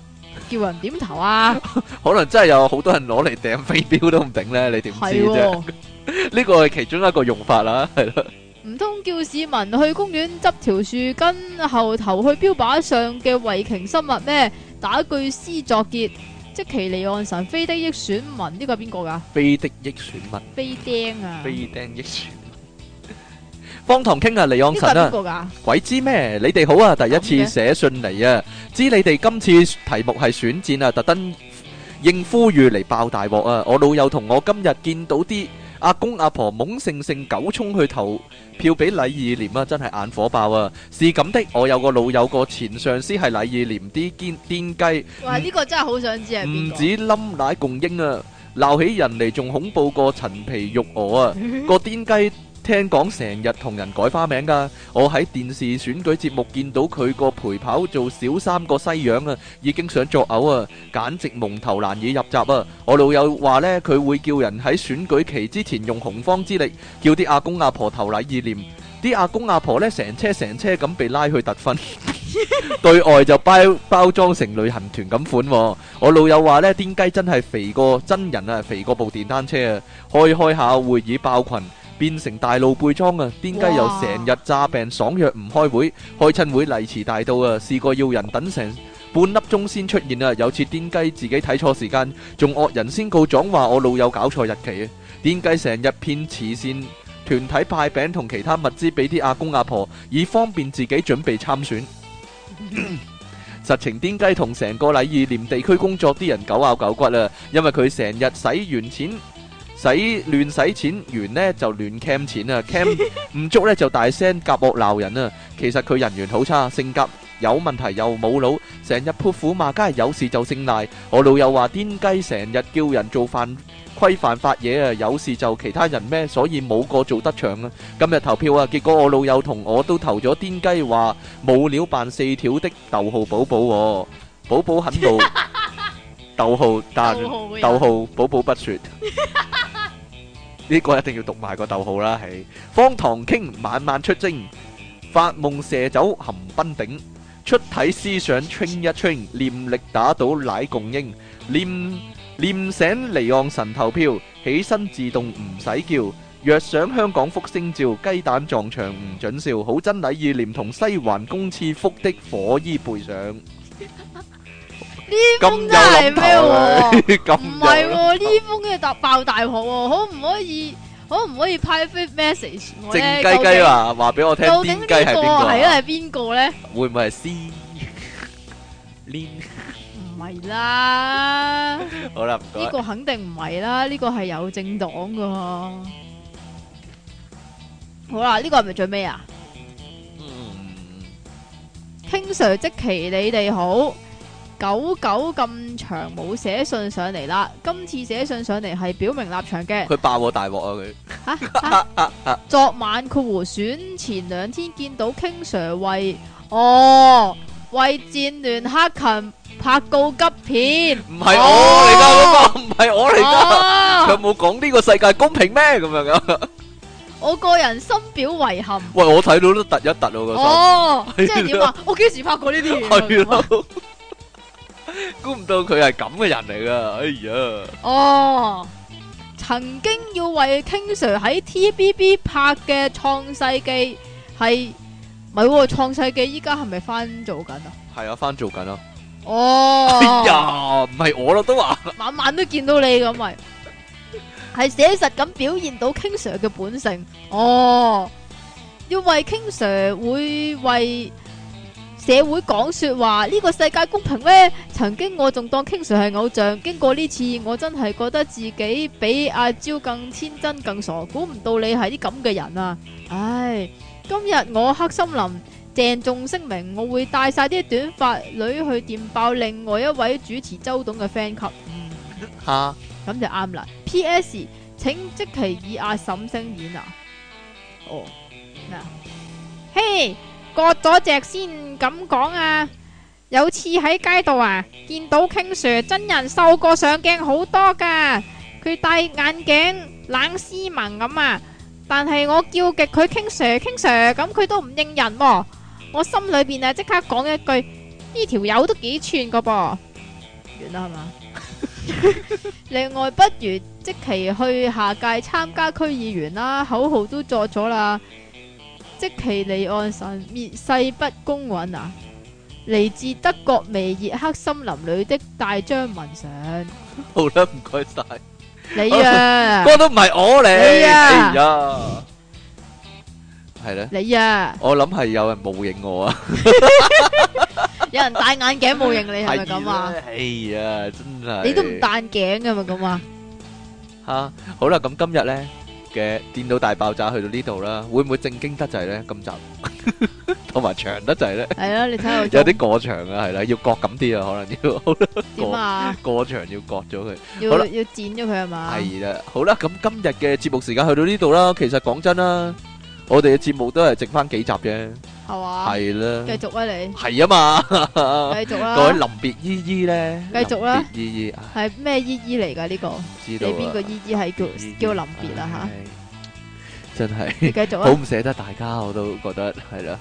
叫人點投啊？可能真係有好多人攞嚟掟飛鏢都唔定咧， 你點知係啫？喎，呢個係其中一個用法啦，係咯，唔通叫市民去公園執條樹根後投去標靶上嘅維瓊生物咩？打句詩作結，即其離岸神飛的益選民呢個係邊個㗎？飛的益選民，飛釘啊！飛釘益選民。方唐傾啊，離岸呢個係神啊邊，個㗎？鬼知咩？你哋好啊，第一次咁嘅寫信嚟啊，知你哋今次題目係選戰啊，特登應呼籲嚟爆大鑊啊！我老友同我今日見到啲阿公阿婆懵盛盛狗衝去投票俾禮義廉啊，真係眼火爆啊！是咁的，我有個老友個前上司係禮義廉啲堅癲雞。哇！呢個真係好想知係邊唔個。 止冧奶共英啊，鬧起人嚟仲恐怖過陳皮玉娥啊！嗯個癲雞聽講成日同人改花名噶，我喺電視選舉節目見到佢個陪跑做小三個西樣啊，已經想作嘔啊，簡直蒙頭難以入閘啊！我老友話呢，佢會叫人喺選舉期之前用洪荒之力叫啲阿公阿婆投禮意念。啲阿公阿婆呢，成車成車咁被拉去特訓， 對外就包包裝成旅行團咁款、喎。我老友話呢，癲雞真係肥過真人啊，肥過部電單車啊，開開下會議爆群，變成大路背裝啊，癲雞又哇成日詐病爽約唔開會，開親會例遲大到啊，試過要人等成半粒鐘先出現啊，有次癲雞自己睇錯時間，仲惡人先告狀話我老友搞錯日期啊，癲雞成日騙慈善。團體派餅同其他物資俾啲阿公阿婆，以方便自己準備參選。實情癲雞同成個禮義廉地區工作啲人狗咬狗骨啊，因為佢成日使完錢。使亂使錢完呢就亂 cam 錢啊，cam 唔足呢就大聲夾惡鬧人啊。其實佢人緣好差，性格有問題又冇腦，成日潑婦罵街，有事就姓賴。我老友話癲雞成日叫人做犯規犯法嘢啊，有事就其他人咩，所以冇個做得長啊。今日投票啊，結果我老友同我都投咗癲雞話冇料扮四條的逗號寶寶喎，寶寶很怒，逗號但。逗號嘅人逗號，寶寶不說。呢個一定要讀埋個逗號啦，係方唐傾晚晚出征，發夢射走含賓頂，出體思想 train 一 train，念力打倒奶共英，念念醒離岸神投票，起身自動唔使叫。若想香港福星照，雞蛋撞牆唔準笑，好真禮義廉同西環公廁福的火衣背上。呢封真係咩喎？ 咁唔有諗係啊喎，呢封嘅特爆大學喎，可唔可以？可唔可以派 f message 我靜咧？雞雞話話俾我聽，究癲竟雞究竟係呢個邊個係啊？係邊個咧？會唔會係 C？黏唔係啦，呢好啦，唔該。個肯定唔係啦，呢個係有政黨噶。好啦，呢個係咪最尾啊？Ừ. 嗯， King Sir 即期你哋好，久久咁長冇寫信上嚟啦，今次寫信上嚟係表明立場嘅。 佢爆我大鑊啊！佢吓吓昨晚括弧選前兩天見到 King Sir 為哦為戰亂黑勤拍告急 片，唔係我嚟噶，嗰個唔係我嚟噶。佢有哦，冇講呢個世界公平咩？咁樣噶。我個人深表遺憾。喂，我睇到都突一突我個心。哦，即係係點啊？我幾時拍過呢啲係嘢啊？咯，估唔到佢係咁嘅人嚟噶。哎呀，哦，曾經要為 King Sir 喺 TBB 拍嘅《創世紀》係，咪喎《創世紀》依家係咪翻做緊啊？係啊，翻做緊啊。哎哦，呀，唔係我咯，都話晚晚都見到你咁咪，係寫實咁表現到 King Sir 嘅本性。哦，要為 King Sir 會為社會講说話，呢、個世界公平咩？曾經我仲當 King Sir 係偶像，經過呢次，我真係覺得自己比阿蕉更天真、更傻，估唔到你係啲咁嘅人啊！唉，今日我黑森林。鄭重聲明，我會帶晒啲短髮女去電爆另外一位主持周董嘅 fan 級。Ừ. 吓咁就啱啦。P.S. 請即其以阿沈聲演啊。哦，咩啊？嘿，割咗隻先咁講啊！有次喺街度啊，見到 King Sir 真人瘦過上鏡好多噶，佢戴眼鏡冷斯文咁啊，但系我叫極佢傾 Sir 傾 Sir，咁佢都唔應人喎。我心裏边啊即刻講一句：呢條友都幾串噶噃。完啦係嘛？另外，不如即期去下屆參加區議員啦，口號都作咗啦。即期離岸神滅世不公允啊！嚟自德國微熱黑森林裏的大張文上，好啦，唔該晒，你 啊，嗰都唔係我嚟，你啊哎呀，係咧，你啊，我諗係有人冒影我啊。有人戴眼鏡冇認你係咪咁啊？係啦，哎呀，真係。你都唔戴眼鏡噶嘛 咁啊？dạ 嚇，好啦，咁今日呢嘅電腦大爆炸去到呢度啦，會唔會正經得滯呢？今集。 同埋長得滯呢？係啊，你睇我 à, 做有啲過長啊，係啦，要割咁啲啊，可能要。 點啊？過長要割咗佢。好要啦要剪咗佢係嘛？dạ 係啦，好啦，咁今日嘅節目時間去到呢度啦，其實講真啦，我哋嘅節目都係剩返幾集啫。係嘛？係啦，繼續啊你，係啊嘛。繼續啦。各位臨別依依呢，繼續啦。臨別依依，啊，係咩姨姨嚟㗎呢個？你知道啊。邊個姨姨係依依，叫叫臨別啊唉，真係，吓？繼續啊，好唔捨得大家，我都覺得，係啦。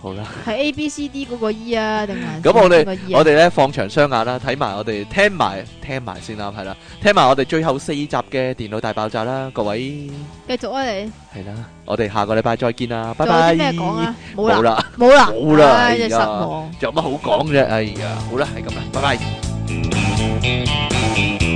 好啦，係 A B C D 嗰個 E 啊，定還是咁我哋邊個 E 啊？我哋呢，放長雙眼啦，睇埋我哋-聽埋-聽埋先啦，係啦，聽埋我哋最後四集嘅電腦大爆炸啦，各位，係啦，我哋下個禮拜再見啦，拜拜。繼續啊你，仲有啲咩講啊？冇冇啦，啦，冇啦，冇啦唉真係哎呀失望。仲有乜好講啫？哎呀，好啦，係咁啦，拜拜。